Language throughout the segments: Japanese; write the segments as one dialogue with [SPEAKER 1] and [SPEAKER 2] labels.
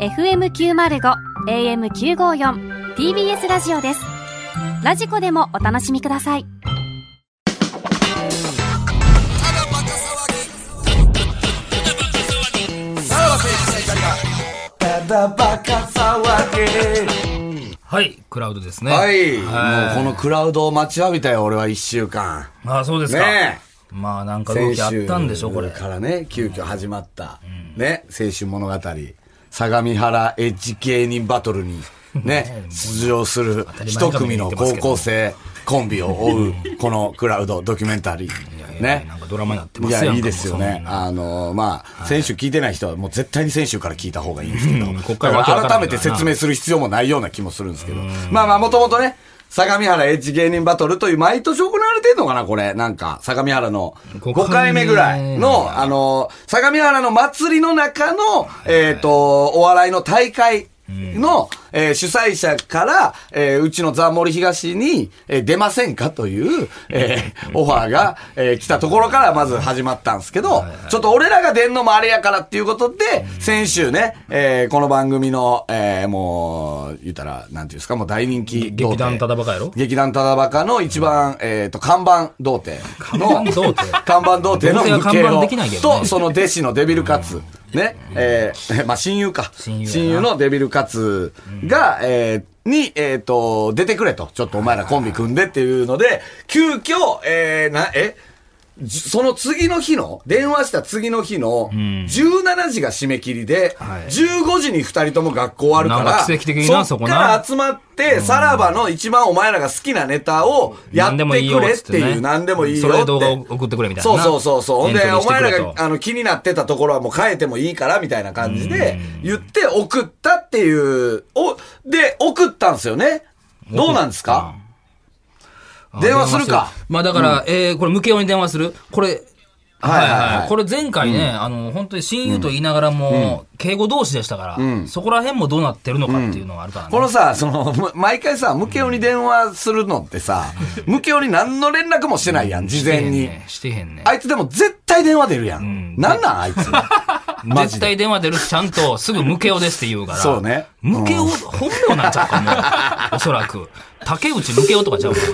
[SPEAKER 1] FM905 AM954 TBS ラジオですラジコでもお楽しみください
[SPEAKER 2] はい、クラウドですね。
[SPEAKER 3] はい、
[SPEAKER 2] はい
[SPEAKER 3] もうこのクラウドを待ちわびたよ、俺は一週間。
[SPEAKER 2] ああ、そうですか。
[SPEAKER 3] ねえ。
[SPEAKER 2] まあ、なんか動
[SPEAKER 3] 先
[SPEAKER 2] きあ
[SPEAKER 3] 週
[SPEAKER 2] ったんでしょ、これ。
[SPEAKER 3] からね、急遽始まった、ね、青春物語、相模原エッジ芸人バトル に、ね、出場する
[SPEAKER 2] たり前
[SPEAKER 3] 一
[SPEAKER 2] かも
[SPEAKER 3] 組
[SPEAKER 2] 言
[SPEAKER 3] の
[SPEAKER 2] ってます
[SPEAKER 3] 高
[SPEAKER 2] けど
[SPEAKER 3] 校生コンビを追う、このクラウドドキュメンタリー。ね
[SPEAKER 2] なん。かドラマになってま
[SPEAKER 3] い
[SPEAKER 2] すやん
[SPEAKER 3] や、
[SPEAKER 2] か
[SPEAKER 3] いいですよ
[SPEAKER 2] もうそ
[SPEAKER 3] ね
[SPEAKER 2] ん。な
[SPEAKER 3] あの、まあ、選手聞いてない人は、もう絶対に選手から聞いた方がいいんですけど、
[SPEAKER 2] うんこっか
[SPEAKER 3] だ
[SPEAKER 2] らわけ
[SPEAKER 3] か
[SPEAKER 2] わからんない
[SPEAKER 3] 改めて説明する必要もないような気もするんですけど、まあまあ、もともとね、相模原エッジ芸人バトルという、毎年行われてんのかな、これ、なんか、相模原の
[SPEAKER 2] 五
[SPEAKER 3] 5回目ぐらい
[SPEAKER 2] 五回
[SPEAKER 3] の、あの、相模原の祭りの中の、えっと、お笑いの大会の、えー主催者から、えーうちのザ・森東に、えー出ませんかという、えーオファーが、えー来たところからまず始まったんですけど、ちょっと俺らが出んのもあれやからっていうことで、先週ね、えーこの番組の、えーもう、言ったら、なんていうんですか、もう大人気童貞
[SPEAKER 2] 劇団ただバカやろ
[SPEAKER 3] 劇団ただバカの一番、えっ、と、看板童貞の。
[SPEAKER 2] 看板童貞
[SPEAKER 3] 看板童貞の
[SPEAKER 2] 童貞は
[SPEAKER 3] 無
[SPEAKER 2] 看
[SPEAKER 3] 形
[SPEAKER 2] 板
[SPEAKER 3] を
[SPEAKER 2] できないけどね
[SPEAKER 3] と、その弟子のデビルカツ。ね。えー、 まあ、親友か。
[SPEAKER 2] 親友やな
[SPEAKER 3] のデビルカツが、えーに、えっ、と、出てくれと。ちょっとお前らコンビ組んでっていうので、急遽、えー、な、えじその次の日の、電話した次の日の、17時が締め切りで、
[SPEAKER 2] はい
[SPEAKER 3] 15時に2人とも学校終わるから、
[SPEAKER 2] なんか奇跡的にな
[SPEAKER 3] そっ
[SPEAKER 2] そこ
[SPEAKER 3] か
[SPEAKER 2] な
[SPEAKER 3] ら集まって、さらばの一番お前らが好きなネタをやってくれっていう、何
[SPEAKER 2] 何
[SPEAKER 3] で
[SPEAKER 2] で
[SPEAKER 3] も
[SPEAKER 2] も
[SPEAKER 3] い
[SPEAKER 2] い
[SPEAKER 3] い
[SPEAKER 2] い
[SPEAKER 3] よ
[SPEAKER 2] よ
[SPEAKER 3] っ。
[SPEAKER 2] っててねそれで動画を送ってくれみたいな
[SPEAKER 3] そうそうそうそう。ほんで、
[SPEAKER 2] エントリー
[SPEAKER 3] お
[SPEAKER 2] して
[SPEAKER 3] 前
[SPEAKER 2] くれ
[SPEAKER 3] ら
[SPEAKER 2] と
[SPEAKER 3] があの気になってたところはもう変えてもいいからみたいな感じで、言って送ったっていう、お、で、送ったんですよね。どうなんですか
[SPEAKER 2] あ
[SPEAKER 3] 電話するか
[SPEAKER 2] まあ、だから、えーこれ、無形に電話する。これ、
[SPEAKER 3] はいはいはい
[SPEAKER 2] これ前回ね、あの、本当に親友と言いながらも、敬語同士でしたから、そこら辺もどうなってるのかっていうのはあるからね。
[SPEAKER 3] このさ、その、む毎回さ、ムケオに電話するのって さ、ムケオに何の連絡もしてないやん、事前に。
[SPEAKER 2] してへんね。
[SPEAKER 3] あいつでも絶対電話出るやん。
[SPEAKER 2] ん
[SPEAKER 3] なんなんあい つ。マジ
[SPEAKER 2] 絶
[SPEAKER 3] で。
[SPEAKER 2] 対電話出るしちゃんとすぐ無形ですって言うから。
[SPEAKER 3] そうね
[SPEAKER 2] 無形、本名なんちゃうか もう。おそらく。竹内無形とかちゃうかも。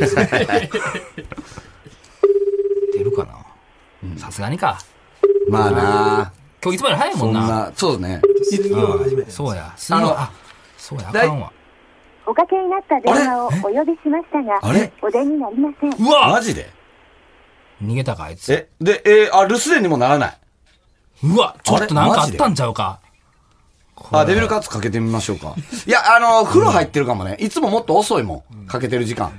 [SPEAKER 2] 出るかなさすがにか。
[SPEAKER 3] まあなあ
[SPEAKER 2] 今日いつもより早いも
[SPEAKER 3] そん
[SPEAKER 2] んな。
[SPEAKER 3] な、そうね。
[SPEAKER 2] うんそうや。水曜
[SPEAKER 3] あの
[SPEAKER 2] あ、そうや、あかんわ。
[SPEAKER 4] おかけになった電話をお呼びしましたが
[SPEAKER 3] あれ、
[SPEAKER 4] お出になりません。
[SPEAKER 2] うわ
[SPEAKER 3] マジで
[SPEAKER 2] 逃げたか、あいつ。
[SPEAKER 3] え、で、えーあ、留守電にもならない。
[SPEAKER 2] うわちょっとなんか
[SPEAKER 3] あれマ
[SPEAKER 2] あ
[SPEAKER 3] ジ
[SPEAKER 2] っ
[SPEAKER 3] で
[SPEAKER 2] たんちゃうか。
[SPEAKER 3] あ、デビルカッツかけてみましょうか。いや、あの、風呂入ってるかもね。いつももっと遅いもん。かけてる時間。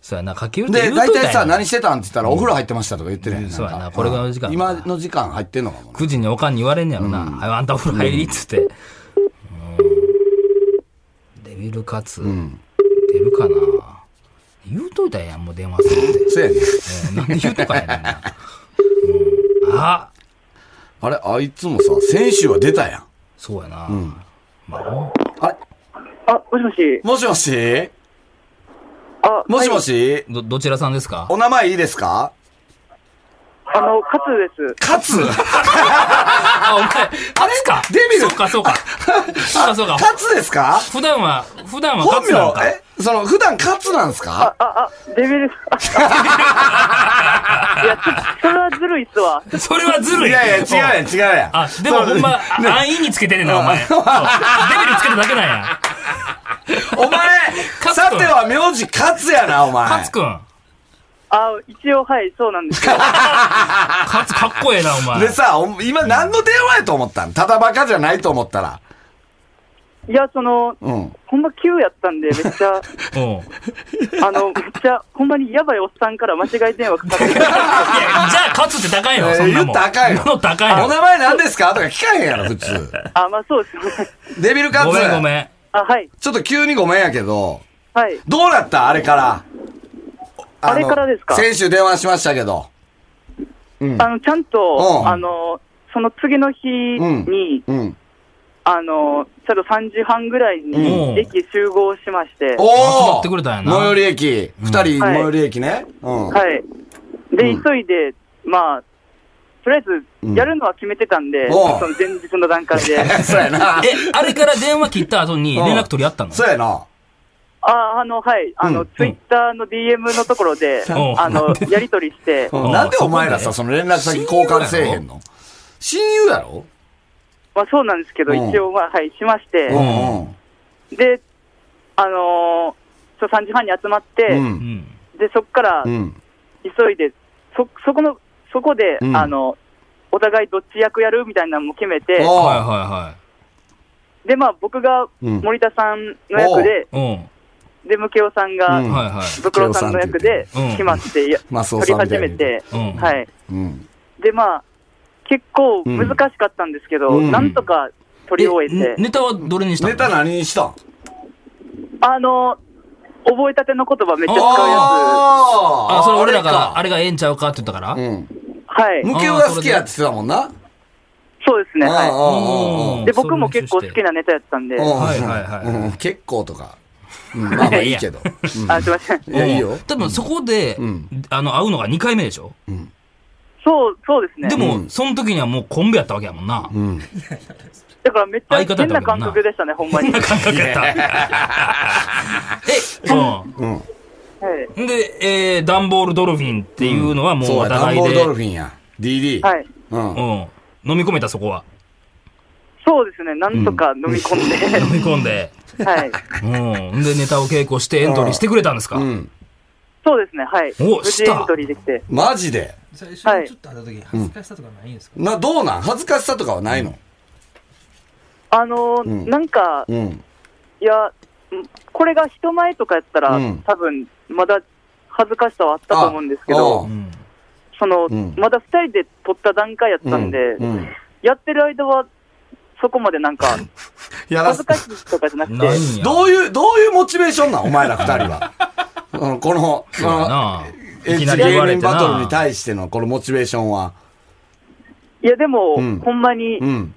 [SPEAKER 2] そうやな、書き売りって
[SPEAKER 3] で、
[SPEAKER 2] 言う
[SPEAKER 3] 大
[SPEAKER 2] といたやん
[SPEAKER 3] 体さ、何してたんって言ったら、お風呂入ってましたとか言ってね。
[SPEAKER 2] んそうやな
[SPEAKER 3] か
[SPEAKER 2] んこれぐらいの時間
[SPEAKER 3] 今の時間入ってんのかもね。
[SPEAKER 2] 9時におかんに言われんねやろな。ああんたお風呂入りっつって。うんデビルカツ。出るかな言うといたらええやん、もう電話するって。
[SPEAKER 3] そうやね。
[SPEAKER 2] うんなんで言うとかやねんな。うんあ
[SPEAKER 3] あれ、あいつもさ、先週は出たやん。
[SPEAKER 2] そうやな。まあ、
[SPEAKER 5] あ、もしもし。
[SPEAKER 3] もしもし
[SPEAKER 5] あ、
[SPEAKER 3] もしも
[SPEAKER 5] し。
[SPEAKER 3] し
[SPEAKER 2] ど、どちらさんですか
[SPEAKER 3] お名前いいですか
[SPEAKER 5] あの、カツです。
[SPEAKER 3] カ ツ
[SPEAKER 2] あ、お前、カツか。
[SPEAKER 3] デビル
[SPEAKER 2] そうか、そ うか。そうか、そうか。
[SPEAKER 3] カツですか
[SPEAKER 2] 普段は、普段はカ
[SPEAKER 3] 本
[SPEAKER 2] ツなん
[SPEAKER 3] 名、
[SPEAKER 2] か。
[SPEAKER 3] えその、普段カツなんですか
[SPEAKER 5] あ、あ、デビル。 あいや、ちょそれはずるいっすわ。
[SPEAKER 2] それはずるい。
[SPEAKER 3] いやいや、違うやん、違うやん。
[SPEAKER 2] あ、でも
[SPEAKER 3] そう
[SPEAKER 2] ほんま、あ安易につけてねえな、お前。そうデビルつけただけなんや。
[SPEAKER 3] お前
[SPEAKER 2] カ、ツ
[SPEAKER 3] さては名字カツやな、お前。
[SPEAKER 2] カツくん。
[SPEAKER 5] あ、一応、はい、そうな んですけど。
[SPEAKER 2] カツかっこええな、お前。
[SPEAKER 3] でさ、お今何の電話やと思ったんただバカじゃないと思ったら。
[SPEAKER 5] いや、その、
[SPEAKER 3] うん。
[SPEAKER 5] ほんま急やったんで、めっちゃ、
[SPEAKER 2] うん。いや、
[SPEAKER 5] あの、めっちゃ、ほんまにやばいおっさんから間違い電話かかってきて。
[SPEAKER 2] じゃあカツって高い
[SPEAKER 3] え
[SPEAKER 2] の、
[SPEAKER 3] ー
[SPEAKER 2] そんなも
[SPEAKER 3] 言っ
[SPEAKER 2] ん。
[SPEAKER 3] たらあかんよ
[SPEAKER 2] もの高い
[SPEAKER 3] お
[SPEAKER 2] の。
[SPEAKER 3] 名前何ですかとか聞かへんやろ、普 通。
[SPEAKER 5] あ、まあそうですね。
[SPEAKER 3] デビルカツ。
[SPEAKER 2] ごめん、ごめ
[SPEAKER 3] ん。
[SPEAKER 2] ん。
[SPEAKER 5] あ、はい、
[SPEAKER 3] ちょっと急にごめんやけど、
[SPEAKER 5] はい。
[SPEAKER 3] どうなったあれから。
[SPEAKER 5] あれ
[SPEAKER 3] の
[SPEAKER 5] からですか
[SPEAKER 3] 先週電話しましたけど。
[SPEAKER 5] あの、ちゃん
[SPEAKER 3] うん
[SPEAKER 5] と、あの、その次の日に、
[SPEAKER 3] うん。
[SPEAKER 5] あの、ちょっと3時半ぐらい
[SPEAKER 2] うん
[SPEAKER 5] に、駅集合しまして、
[SPEAKER 3] お
[SPEAKER 5] は
[SPEAKER 3] ー
[SPEAKER 2] 集まってくれたんやな
[SPEAKER 3] 最寄り駅。二人
[SPEAKER 5] はい
[SPEAKER 3] 最寄り駅ね。うん。
[SPEAKER 5] い。で、急いで、まあ、とりあえず、やるのは決めてたんで、
[SPEAKER 3] おう
[SPEAKER 5] その前日の段階で。
[SPEAKER 3] そうやな。
[SPEAKER 2] え、あれから電話切った後に連絡取り合ったの
[SPEAKER 3] そうやな。
[SPEAKER 5] ああの、はい、あの、
[SPEAKER 3] うん
[SPEAKER 5] ツイッターの DM のとこ ろで、
[SPEAKER 2] おう
[SPEAKER 5] あの、やり取りして、
[SPEAKER 2] ん
[SPEAKER 3] なんでお前ら
[SPEAKER 2] そ
[SPEAKER 3] さ、
[SPEAKER 2] こね
[SPEAKER 3] その連絡先交換せえへんの親友やろ
[SPEAKER 5] まあそうなんですけど、
[SPEAKER 3] うん
[SPEAKER 5] 一応、まあ、はい、しまして、
[SPEAKER 3] うんうん。
[SPEAKER 5] で、あのー、そう3時半に集まって、
[SPEAKER 3] うん。
[SPEAKER 2] ん。
[SPEAKER 5] で、そこから
[SPEAKER 3] うん。
[SPEAKER 5] 急いで、そ、そこの、そこで、
[SPEAKER 3] うん
[SPEAKER 5] あの、お互いどっち役やるみたいなのも決めて、
[SPEAKER 3] おう
[SPEAKER 2] はいは
[SPEAKER 5] で、まあ僕が
[SPEAKER 3] うん
[SPEAKER 5] 森田さんの役で、
[SPEAKER 2] いはい。
[SPEAKER 5] で、ムケオさんが、
[SPEAKER 3] う
[SPEAKER 2] うんん。はいはい。
[SPEAKER 5] ブクロさんの役で
[SPEAKER 2] うん
[SPEAKER 5] 決まってや、
[SPEAKER 3] マスオ
[SPEAKER 5] 撮
[SPEAKER 3] さ
[SPEAKER 5] り
[SPEAKER 3] んみた
[SPEAKER 5] 始
[SPEAKER 3] い
[SPEAKER 5] め
[SPEAKER 3] に
[SPEAKER 5] て、
[SPEAKER 2] うん
[SPEAKER 5] はい。
[SPEAKER 3] うん。
[SPEAKER 5] で、まあ、結構難しかったんですけど、
[SPEAKER 3] うん
[SPEAKER 5] なんとか撮り終えて、
[SPEAKER 2] ネタはどれにしたの
[SPEAKER 3] ネタ何にしたん
[SPEAKER 5] あの、覚えたての言葉めっちゃ使
[SPEAKER 3] あ
[SPEAKER 2] あ、それ俺らから、あれがええんちゃうかって言ったから
[SPEAKER 3] れうん。
[SPEAKER 5] うやつ。はい。
[SPEAKER 3] ムケオが好きやって言ってたもんな。
[SPEAKER 5] そうですね、は
[SPEAKER 2] う
[SPEAKER 5] い。
[SPEAKER 2] ん
[SPEAKER 5] で、僕も結構好きなネタやったんで、あ、
[SPEAKER 2] はいはいはい
[SPEAKER 3] うんうん結構とか。うんまあまあいいけど。うん
[SPEAKER 5] すいません。
[SPEAKER 3] いや、いいよ。
[SPEAKER 2] 多分そこで
[SPEAKER 3] うん、
[SPEAKER 2] あの、会うのが2回目でしょ
[SPEAKER 5] そう、そうですね。
[SPEAKER 2] で
[SPEAKER 3] う
[SPEAKER 2] も、
[SPEAKER 3] ん
[SPEAKER 2] その時にはもうコンビやったわけやもんな。
[SPEAKER 3] うん。
[SPEAKER 5] だからめっち
[SPEAKER 2] 相
[SPEAKER 5] ゃ
[SPEAKER 2] 方や
[SPEAKER 5] 変
[SPEAKER 2] ったわけや
[SPEAKER 5] な
[SPEAKER 2] もん
[SPEAKER 5] 感
[SPEAKER 2] な
[SPEAKER 5] 覚でしたね、ほんまに。
[SPEAKER 2] そんな
[SPEAKER 5] はい。
[SPEAKER 2] 感覚やった。 え、うん。
[SPEAKER 3] うん。
[SPEAKER 2] で、えー、ダンボールドルフィンっていうのはもう
[SPEAKER 3] そう
[SPEAKER 2] お
[SPEAKER 3] や、ダン
[SPEAKER 2] 互い
[SPEAKER 3] ボー
[SPEAKER 2] で、
[SPEAKER 3] ルドルフィンや。DD。
[SPEAKER 5] はい。
[SPEAKER 3] うん。
[SPEAKER 2] うん、飲み込めたそこは。
[SPEAKER 5] そうですね、なんとか飲み込ん
[SPEAKER 2] 飲み
[SPEAKER 5] で、
[SPEAKER 2] 込んで。
[SPEAKER 5] はい。
[SPEAKER 2] うん。で、ネタを稽古してエントリーしてくれたんですか、
[SPEAKER 3] うん。
[SPEAKER 5] そうですね、はい。
[SPEAKER 2] お
[SPEAKER 5] 無事
[SPEAKER 2] した
[SPEAKER 5] エントリーできて。
[SPEAKER 3] マジで。
[SPEAKER 6] 最初にちょっと会った時に恥ずかしさとかないんですか、
[SPEAKER 3] な、どうなん恥ずかしさとかはないの
[SPEAKER 5] あのー
[SPEAKER 3] うん
[SPEAKER 5] なんか、
[SPEAKER 3] うん。
[SPEAKER 5] いや、んこれが人前とかやったら、
[SPEAKER 3] うん
[SPEAKER 5] 多分まだ恥ずかしさはあったと思うんですけ
[SPEAKER 3] ああ
[SPEAKER 5] ど、
[SPEAKER 2] うん、
[SPEAKER 5] その、
[SPEAKER 3] うん
[SPEAKER 5] まだ2人で撮った段階やったんで、
[SPEAKER 3] うん。
[SPEAKER 5] やってる間は、そこまでなんか、
[SPEAKER 3] やら
[SPEAKER 5] 恥
[SPEAKER 3] す
[SPEAKER 5] ず。かしいとかじゃ なくて、
[SPEAKER 2] ないんや。
[SPEAKER 3] どういう、どういうモチベーションなんお前ら二人 は。うんこの、こ
[SPEAKER 2] そうや
[SPEAKER 3] の、
[SPEAKER 2] な。
[SPEAKER 3] エ
[SPEAKER 2] い
[SPEAKER 3] ッ
[SPEAKER 2] き
[SPEAKER 3] ジ
[SPEAKER 2] なり言
[SPEAKER 3] 芸
[SPEAKER 2] われ
[SPEAKER 3] 人
[SPEAKER 2] て
[SPEAKER 3] バトル
[SPEAKER 2] な
[SPEAKER 3] に。対してのこのモチベーションは。
[SPEAKER 5] いやでも、
[SPEAKER 3] うん
[SPEAKER 5] ほんまに、
[SPEAKER 3] うん。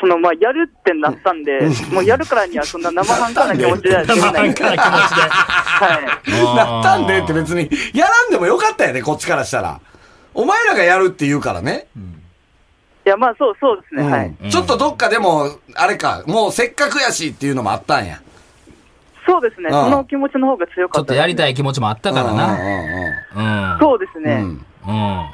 [SPEAKER 5] そのまあ、やるってなったんで、もうやるからにはそんな生半可な気持ちではでき
[SPEAKER 2] 生
[SPEAKER 5] ない
[SPEAKER 2] 半
[SPEAKER 5] んで、
[SPEAKER 2] 可な気持ちで。
[SPEAKER 5] はい。
[SPEAKER 3] なったんでって
[SPEAKER 2] に。
[SPEAKER 3] 別に、やらんでもよかったよね、こっちからしたら。お前らがやるって言うからね。
[SPEAKER 5] いや、まあそう、そうですね、
[SPEAKER 3] うん
[SPEAKER 5] はい。
[SPEAKER 2] うん
[SPEAKER 3] ちょっとどっかでも、あれか、もうせっかくやしっていうのもあったんや。
[SPEAKER 5] そうですね、
[SPEAKER 3] ああ
[SPEAKER 5] その気持ちの方が強
[SPEAKER 2] ち
[SPEAKER 5] か
[SPEAKER 2] ょ
[SPEAKER 5] っ
[SPEAKER 2] ったと
[SPEAKER 5] ですね、
[SPEAKER 2] やりたい気持ちもあったからな。
[SPEAKER 3] う
[SPEAKER 2] うん。
[SPEAKER 5] そうです
[SPEAKER 3] んうんう
[SPEAKER 5] ね。
[SPEAKER 3] ん。
[SPEAKER 2] うん。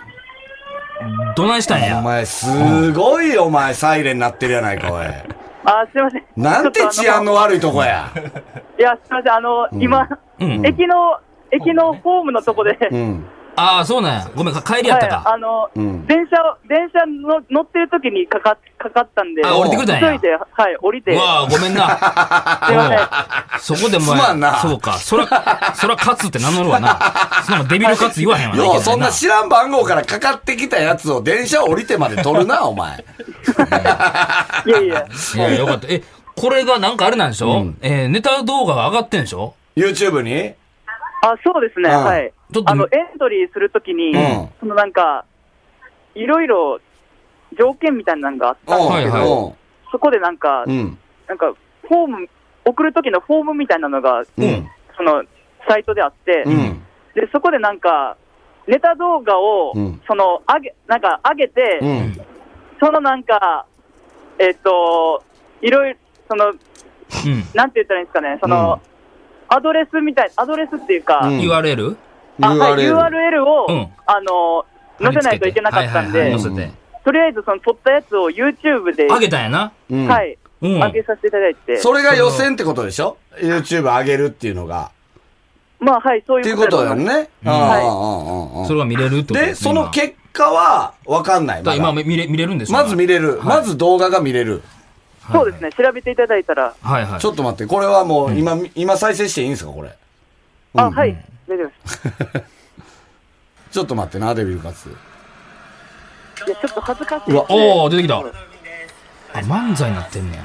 [SPEAKER 2] どないしたん
[SPEAKER 3] うん。お
[SPEAKER 2] や。
[SPEAKER 3] 前、すごいお前、サイレンなってるやないか、おい。
[SPEAKER 5] あ、すいません。
[SPEAKER 3] なんて治安の
[SPEAKER 5] ちょっと
[SPEAKER 3] 悪いとこや。
[SPEAKER 5] あのいや、すいません、あの、今、
[SPEAKER 2] うん
[SPEAKER 5] 駅の、駅のホームのとこで、
[SPEAKER 3] うん。
[SPEAKER 2] ああ、そうなんや。ごめん、帰りやっ
[SPEAKER 5] は
[SPEAKER 2] た
[SPEAKER 5] い、
[SPEAKER 2] か。
[SPEAKER 5] あの、
[SPEAKER 3] うん
[SPEAKER 5] 電車を、電車の乗ってる時にかか、かかったんで、
[SPEAKER 2] あ降りてくれたんや
[SPEAKER 5] 急いで、はい、降りて、
[SPEAKER 2] う
[SPEAKER 5] すい
[SPEAKER 2] わあ、ごめんな。
[SPEAKER 5] ません。
[SPEAKER 2] そこでお
[SPEAKER 3] すまんな
[SPEAKER 2] 前、そうか、そら、そら勝つって名乗るわな。そんなもんデビル勝つ言わへんわ
[SPEAKER 3] よ、
[SPEAKER 2] な。いうきり
[SPEAKER 3] そんな知らん番号からかかってきたやつを電車降りてまで取るな、お 前。
[SPEAKER 5] いやいや、
[SPEAKER 2] いや、よかった。え、これがなんかあれなんでしょ、えーネタ動画が上がってんでしょ
[SPEAKER 3] YouTube に
[SPEAKER 5] あ、そうですね、
[SPEAKER 3] うん
[SPEAKER 5] はい
[SPEAKER 2] ちょっ。と
[SPEAKER 5] あの、エントリーするときに、
[SPEAKER 3] うん
[SPEAKER 5] そのなんか、いろいろ条件みたいなのがあっ
[SPEAKER 3] うん
[SPEAKER 5] たんで
[SPEAKER 2] はいはい
[SPEAKER 5] そこでなんか、
[SPEAKER 3] うん。
[SPEAKER 5] なんか、フォーム、送るときのフォームみたいなのが、
[SPEAKER 3] うん。
[SPEAKER 5] その、サイトであって、
[SPEAKER 3] うん。
[SPEAKER 5] で、そこでなんか、ネタ動画を、
[SPEAKER 3] うん
[SPEAKER 5] その、あげ、なんか、上げて、
[SPEAKER 3] うん。
[SPEAKER 5] そのなんか、えっと、いろいろ、その、
[SPEAKER 2] う
[SPEAKER 5] なんて言ったらいいんですかね、その、アドレスみたい、アドレスっていうか、
[SPEAKER 3] うん
[SPEAKER 2] ん。URL?
[SPEAKER 5] あはい URL を、
[SPEAKER 2] うん
[SPEAKER 5] あの、載せないといけなかったんで、
[SPEAKER 2] はいはいはい載せて。
[SPEAKER 5] とりあえずその撮ったやつを YouTube で、
[SPEAKER 2] 上げたんやな。
[SPEAKER 3] うん
[SPEAKER 5] はい、
[SPEAKER 2] うん。
[SPEAKER 5] 上げさせていただいて、
[SPEAKER 3] それが予選ってことでしょ ?YouTube 上げるっていうのが。
[SPEAKER 5] まあはい、そう
[SPEAKER 3] って
[SPEAKER 5] い
[SPEAKER 3] いううこ
[SPEAKER 5] こと
[SPEAKER 3] と
[SPEAKER 5] だ
[SPEAKER 3] よ
[SPEAKER 5] 思います
[SPEAKER 3] ね。うんうんうんうん
[SPEAKER 2] それが見れるってこと
[SPEAKER 3] で、
[SPEAKER 2] ね
[SPEAKER 3] その結果は、わかんない。
[SPEAKER 2] 今だ
[SPEAKER 3] ま
[SPEAKER 2] から今
[SPEAKER 3] だ
[SPEAKER 2] 見れ見れるんでしょ
[SPEAKER 3] まず見れる。まず動画が見れる。
[SPEAKER 5] そうですね、調べていただいたら、
[SPEAKER 2] はいはい。
[SPEAKER 3] ちょっと待って、これはもう今、今再生していいんですかこれ。
[SPEAKER 5] あ、はい、大丈夫です。
[SPEAKER 3] ちょっと待ってな、デビルカツ。
[SPEAKER 5] いや、ちょっと恥ずかしい。
[SPEAKER 3] うわ
[SPEAKER 2] おー、出てきた。あ、漫才になってんねや。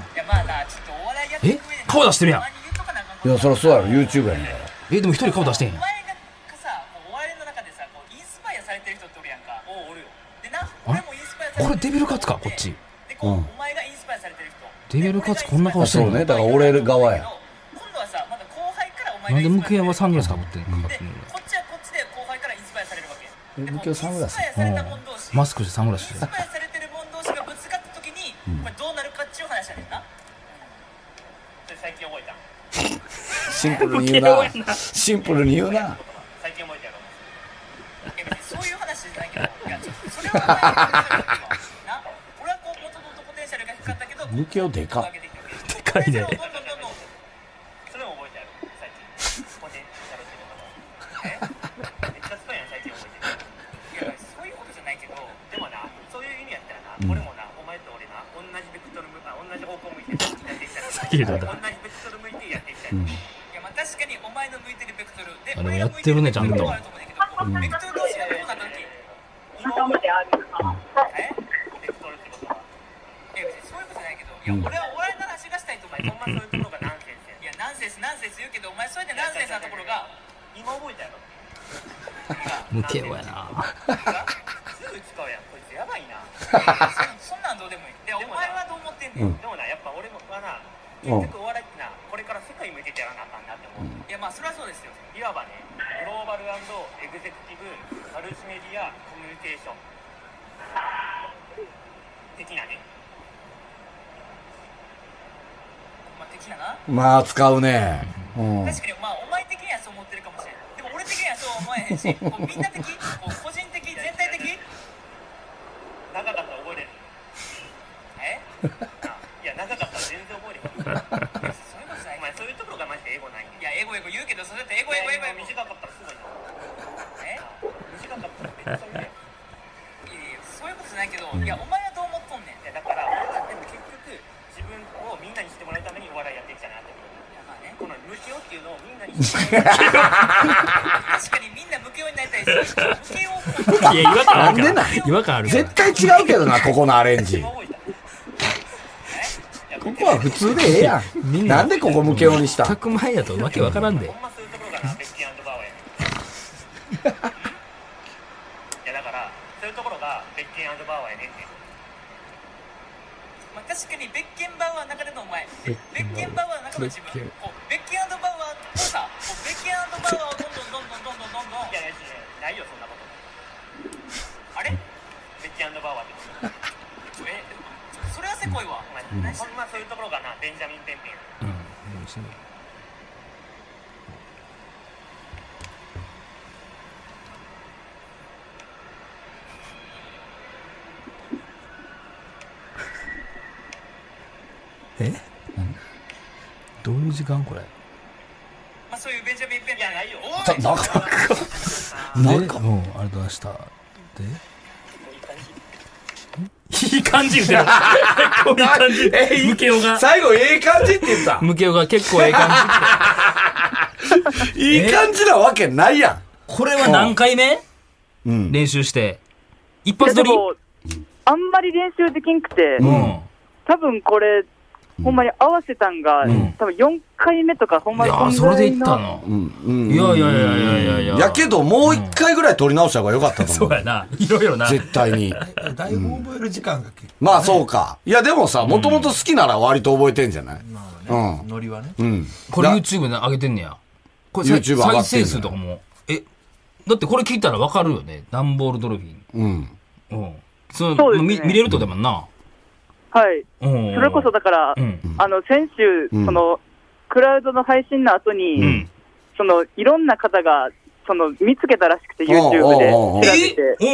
[SPEAKER 2] え顔出してるやん。
[SPEAKER 3] いや、そりゃそうやろ、YouTube やねんから。
[SPEAKER 2] え、でも一人顔出してへんやん。
[SPEAKER 7] お前がさもうお笑いの中でさこうインスパイアされてる人っておるやんかおうおるよでな俺もインスパイアされてる
[SPEAKER 2] これデビルカツかこっち
[SPEAKER 7] でこう、
[SPEAKER 3] うん
[SPEAKER 7] お前がインスパイアされてる人
[SPEAKER 2] デビルカツこんな顔して
[SPEAKER 3] そ
[SPEAKER 2] る
[SPEAKER 3] う
[SPEAKER 2] の
[SPEAKER 3] ね、だから俺側や。
[SPEAKER 7] 今度はさまだ後輩からお
[SPEAKER 2] なんで
[SPEAKER 7] 前がイン
[SPEAKER 2] 向
[SPEAKER 7] スパイ
[SPEAKER 2] 山
[SPEAKER 7] ア
[SPEAKER 2] はサ
[SPEAKER 7] さ
[SPEAKER 2] ングラ
[SPEAKER 7] れてる
[SPEAKER 2] スかぶってんの
[SPEAKER 7] でこっちはこっちで後輩からインスパイアされるわけで
[SPEAKER 3] 今
[SPEAKER 7] こう
[SPEAKER 3] 日サングラス
[SPEAKER 7] インスパイアされた者同士
[SPEAKER 2] マスクしてサングラスし
[SPEAKER 7] インス
[SPEAKER 2] て。
[SPEAKER 7] パイアされてる者同士がぶつかった時に、これどうなるかっちゅう話やねんなそれ最近覚えた
[SPEAKER 3] シンプルに言うな。シンプルに言うな。
[SPEAKER 7] 最近覚えたやろいや別にそういう話じゃないけどいやちょっとそれはお前が言うけどな俺はこう元々ポテンシャルが低かったけど
[SPEAKER 3] 抜けをでかっ。
[SPEAKER 7] で
[SPEAKER 2] かいね
[SPEAKER 7] それをどんどんどんどんそれも覚えてやろ最近ポテンシャルってことえめっちゃすごいやん最近覚えてるいやそういうことじゃないけどでもなそういう意味やったらな、俺もなお前と俺な同じベクトル向か同じ方向向いてやってい
[SPEAKER 2] っき言
[SPEAKER 7] きたい
[SPEAKER 2] うた
[SPEAKER 7] 同じベクトル向いてやっていきたい、いやまあ確かにお前の向いてるベクトル
[SPEAKER 2] あ
[SPEAKER 7] で
[SPEAKER 2] でもやってるねちゃんと
[SPEAKER 7] 俺が向いてるベクトルはあると思うんだけどベクトル同士がどうなるのってえベクトルってことはいや別にそういうことじゃないけどいや俺はお笑いの話がしたいとお前ほんまそういうところがナンセンスやいやナンセンスナンセンス言うけどお前それでナンセンスなところが今覚えたやろ
[SPEAKER 2] 無形やな。
[SPEAKER 7] すぐ使うやんこいつやばい なそそんなんどうでもいいでお前はどう思ってんねん、でもなやっぱ俺もはな結局お笑いってなこれから世界向けてやらなあかんなって思う、いやまあそれはそうですよいわばねグローバルエグゼクティブマルチメディアコミュニケーション的なねまあ的なな
[SPEAKER 3] まあ、使うね。うん。
[SPEAKER 7] 確かにまあお前的にはそう思ってるかもしれないでも俺的にはそう思えへんしこうみんな的こう個人的全体的長かったら覚えれるえあいや長かったら全然覚えれへんそういうことじゃないお前そういうところがマジでエゴないいやエゴエゴ言うけどそれってエゴエゴエゴエゴ短かったらすごいなえ短かったらめっちゃ見れるいやいやそういうことじゃないけど、いや、お前はどう思っとんねん。いやだから、俺だって結局、自分をみんなにしてもらうためにお笑いやってきたなって思う。いやまあね、この無形っていうのをみんなにしてもらうために確かにみんな無形になりたいし、無形をこう、
[SPEAKER 2] いや、違和感あ
[SPEAKER 3] なん
[SPEAKER 2] る
[SPEAKER 3] で
[SPEAKER 2] か
[SPEAKER 3] な
[SPEAKER 2] ら
[SPEAKER 3] い。
[SPEAKER 2] 違和感あるから。
[SPEAKER 3] 絶対違うけどな、ここのアレンジ。
[SPEAKER 7] 覚えた。えいや
[SPEAKER 3] ここは普通でええや
[SPEAKER 2] み
[SPEAKER 3] ん。なんでここ無形にした
[SPEAKER 2] 全く前やとわけわからんで
[SPEAKER 7] ほ。んまそういうところがな、ベッキーバーはやねん。いや、だから、そういうところがベッキーバーはやねんね。まあ、確かにベッケンバウアーの中でのお前ベッケンバウアーの中の自分こうベッケンバウアーをさこうベッケンバウアーをどんどんどんどんどんどんどんどんいやいやないよそんなことあれベッケンバウアーってことえそれはせこいわお前、ほんまそういうところがなベンジャミン・ペンペ
[SPEAKER 2] う
[SPEAKER 7] ン
[SPEAKER 2] んえどういう時間これ
[SPEAKER 7] まあそういうベンジャミン・ペンペンいやないよおい
[SPEAKER 3] なんか、
[SPEAKER 2] なんかうんあれと明日で いい感じ言って るこういう感じ
[SPEAKER 3] えい
[SPEAKER 2] ムケオが
[SPEAKER 3] 最後、ええ感じって言った。
[SPEAKER 2] ムケオが結構ええ感じ
[SPEAKER 3] いい感じなわけないや
[SPEAKER 2] これは何回目
[SPEAKER 3] ん。うん。
[SPEAKER 2] 練習して一
[SPEAKER 5] いや
[SPEAKER 2] 発
[SPEAKER 5] で
[SPEAKER 2] 撮り
[SPEAKER 5] も、あんまり練習できんくて、
[SPEAKER 2] うん
[SPEAKER 5] 多分これ、ほんまに合わせたんが、
[SPEAKER 2] ん
[SPEAKER 5] 多分4回目とか、ほんま
[SPEAKER 2] い
[SPEAKER 5] に
[SPEAKER 2] や
[SPEAKER 5] ん
[SPEAKER 2] ー
[SPEAKER 5] ぐ
[SPEAKER 2] それ
[SPEAKER 5] ら
[SPEAKER 2] で
[SPEAKER 5] い
[SPEAKER 2] いっ
[SPEAKER 5] の
[SPEAKER 2] たの
[SPEAKER 3] うん。うん。
[SPEAKER 2] いやいやいやいやいやいや
[SPEAKER 3] やけど、もう一回ぐらい取り直した方が良かったと
[SPEAKER 2] そ
[SPEAKER 3] 思
[SPEAKER 2] う
[SPEAKER 3] う。
[SPEAKER 2] やない ろいろな
[SPEAKER 3] 絶対に。
[SPEAKER 6] 台本覚える時間が結構、
[SPEAKER 3] まあ、そうか。いや、でもさ、もともと好きなら割と覚えてんじゃない
[SPEAKER 6] まあ
[SPEAKER 3] う
[SPEAKER 6] ね、
[SPEAKER 3] ん
[SPEAKER 6] ノリはね。
[SPEAKER 3] うん。
[SPEAKER 2] これ
[SPEAKER 3] だ
[SPEAKER 2] YouTube で上げてんねやこれさ
[SPEAKER 3] YouTube 上がってんねん
[SPEAKER 2] 再生数とかもえだってこれ聞いたらわかるよねダンボールドルフィン
[SPEAKER 3] うん。
[SPEAKER 2] うんそ
[SPEAKER 5] そうう
[SPEAKER 2] で
[SPEAKER 5] ですね
[SPEAKER 2] 見見れるってことだもんな
[SPEAKER 5] はい。
[SPEAKER 2] うん
[SPEAKER 5] それこそだから、
[SPEAKER 2] うん
[SPEAKER 5] あの、先週、
[SPEAKER 3] うん
[SPEAKER 5] その、クラウドの配信の後に、
[SPEAKER 2] うん
[SPEAKER 5] その、いろんな方が、その、見つけたらしくて、
[SPEAKER 3] おう
[SPEAKER 5] YouTube で
[SPEAKER 3] おうおうお
[SPEAKER 5] 調
[SPEAKER 3] う
[SPEAKER 5] べて。
[SPEAKER 2] え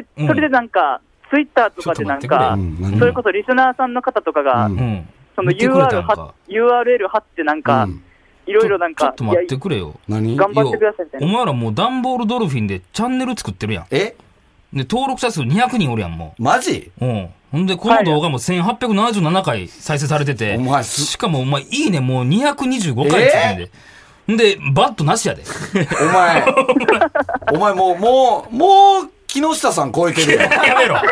[SPEAKER 5] で、
[SPEAKER 2] うん
[SPEAKER 5] それでなんか、ツイッターとかでなん
[SPEAKER 2] ちょっと
[SPEAKER 5] か
[SPEAKER 2] 待、
[SPEAKER 3] ってくれ
[SPEAKER 5] それこそリスナーさんの方とかが、
[SPEAKER 3] う
[SPEAKER 2] うんうん
[SPEAKER 5] その
[SPEAKER 2] 見てくれた
[SPEAKER 5] UR
[SPEAKER 2] ん
[SPEAKER 5] 貼
[SPEAKER 2] か
[SPEAKER 5] URL 貼ってなんか、
[SPEAKER 3] うん
[SPEAKER 5] いろいろなん
[SPEAKER 2] ちょ
[SPEAKER 5] か
[SPEAKER 2] っ、と待っ
[SPEAKER 5] い
[SPEAKER 2] てくれよ
[SPEAKER 3] 何
[SPEAKER 5] や頑張ってくださいみたい
[SPEAKER 2] お
[SPEAKER 5] な。
[SPEAKER 2] 前らもうダンボールドルフィンでチャンネル作ってるやん
[SPEAKER 3] え
[SPEAKER 2] で登録者数200人おるやんもう
[SPEAKER 3] マジ
[SPEAKER 2] うん。ほんで、この動画も1877回再生されてて。
[SPEAKER 3] お前す
[SPEAKER 2] しかも、お前、いいね、もう225回ついてんで。ほんで、バットなしやで。
[SPEAKER 3] お前、お前もう、もう、もう、木下さん 超えてる よ。
[SPEAKER 2] やめろ。いや、もっと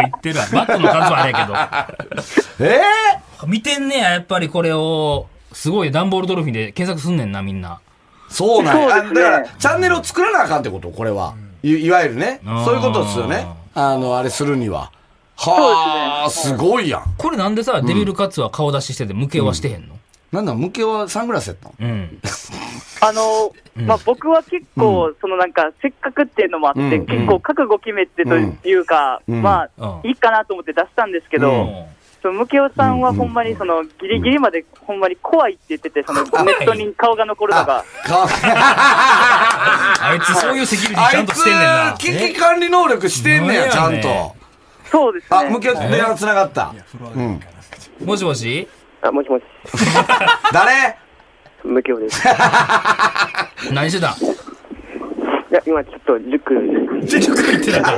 [SPEAKER 2] 言ってるわ。バットの数はあれや
[SPEAKER 3] え
[SPEAKER 2] けど。見てんねや、やっぱりこれを。すごい、ダンボールドルフィンで検索すんねんな、みんな。
[SPEAKER 3] ー、そうなんや。あだ
[SPEAKER 5] そうですね
[SPEAKER 3] から、チャンネルを作らなあかんってことこれは。いいわゆるね
[SPEAKER 2] あー。
[SPEAKER 3] そういうことですよね。あの、あれするには。はあ、すごいやん。
[SPEAKER 2] これなんでさ、デビルカツは顔出ししてて、無形はしてへんの
[SPEAKER 3] なんだ、向けはサングラスやったの
[SPEAKER 2] うん。
[SPEAKER 5] あの、まあ、僕は結構、そのなんか、せっかくっていうのもあって、
[SPEAKER 3] うん
[SPEAKER 5] 結構覚悟決めてというか、
[SPEAKER 3] うん
[SPEAKER 5] ま
[SPEAKER 2] うん
[SPEAKER 5] あ、いいかなと思って出したんですけ
[SPEAKER 3] う
[SPEAKER 5] ど、
[SPEAKER 2] ん
[SPEAKER 5] そのムケオさんはほんまにその、ギリギリまでほんまに怖いって言ってて、その、ネットに顔が残るのが。
[SPEAKER 3] か
[SPEAKER 2] あいつそういうセキュリティ
[SPEAKER 3] あ
[SPEAKER 2] ちゃ
[SPEAKER 3] い
[SPEAKER 2] んと
[SPEAKER 3] つ
[SPEAKER 2] してんねんな。、
[SPEAKER 3] 危機管理能力してんねや、ちゃんと。
[SPEAKER 5] そうです
[SPEAKER 3] あ、
[SPEAKER 5] ね。
[SPEAKER 3] 向け電話繋がった。うん。
[SPEAKER 2] もしもし
[SPEAKER 8] あ、もしもし、
[SPEAKER 3] 誰
[SPEAKER 8] 無教です。
[SPEAKER 2] 何してた ん
[SPEAKER 8] いや、今ちょっと塾です。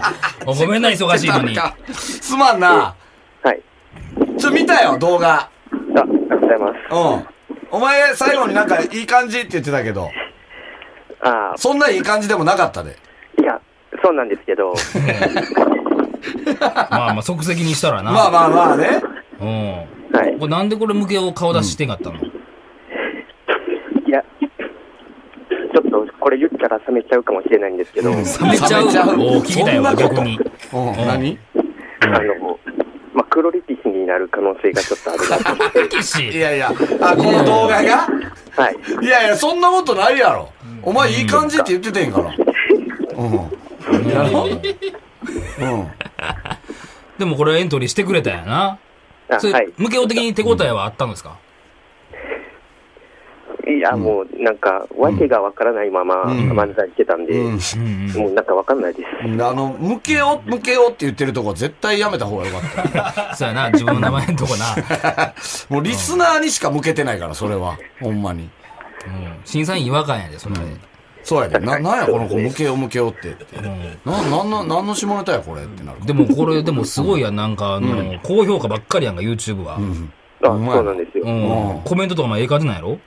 [SPEAKER 2] おごめんな、忙しいのに。
[SPEAKER 3] すまんな。
[SPEAKER 8] はい。
[SPEAKER 3] ちょ、見たよ、動画。
[SPEAKER 8] あ、ありがとうございます。
[SPEAKER 3] うん。お前、最後になんかいい感じって言ってたけど、
[SPEAKER 8] あ
[SPEAKER 3] そんないい感じでもなかったで。
[SPEAKER 8] ーいや、そうなんですけ ど、
[SPEAKER 2] まあまあ、即席にしたらな。
[SPEAKER 3] まあまあまあね。
[SPEAKER 2] うん。
[SPEAKER 8] はい。
[SPEAKER 2] これなんでこれ向けを顔出ししてんかったの、
[SPEAKER 8] いや、ちょっとこれ言ったら冷めちゃうかもしれないんですけど、あ
[SPEAKER 2] 冷めちゃう。
[SPEAKER 3] 冷めちゃう
[SPEAKER 2] おー聞きたいわ、
[SPEAKER 3] そんなこと
[SPEAKER 2] 逆に。
[SPEAKER 3] うん。何
[SPEAKER 8] の、まあ、黒歴史になる可能性がちょっとあるなと思って。
[SPEAKER 2] きし
[SPEAKER 3] いやいや、あ、この動画が
[SPEAKER 8] はい。
[SPEAKER 3] いやいや、そんなことないやろ。お前、いい感じって言っててんから。うん。やろうん。
[SPEAKER 2] でもこれエントリーしてくれたんやな。
[SPEAKER 8] あ
[SPEAKER 2] それ、
[SPEAKER 8] はい。
[SPEAKER 2] 向けを的に手応えはあったんですか、
[SPEAKER 8] いや、もうなんか、わけがわからないまま漫才してたんで、
[SPEAKER 2] うん、うん
[SPEAKER 8] もうなんかわかんないです。
[SPEAKER 3] うんあの、向けよ、向けよって言ってるとこ絶対やめた方がよかった。
[SPEAKER 2] そうやな、自分の名前のとこな。
[SPEAKER 3] もうリスナーにしか向けてないから、それは。ほんまに。
[SPEAKER 2] うん。審査員違和感やで、それで。
[SPEAKER 3] そうやで。な、なんや、この子、向けよ、向けよって。な、なんの、なんの下ネタや、これってなるか
[SPEAKER 2] でもこれ、でもすごいやん、なんか、あの、高評価ばっかりやんか、YouTube は。うん。
[SPEAKER 8] あ、そうなんですよ。
[SPEAKER 3] うん
[SPEAKER 2] コメントとかもええ感じなんやろ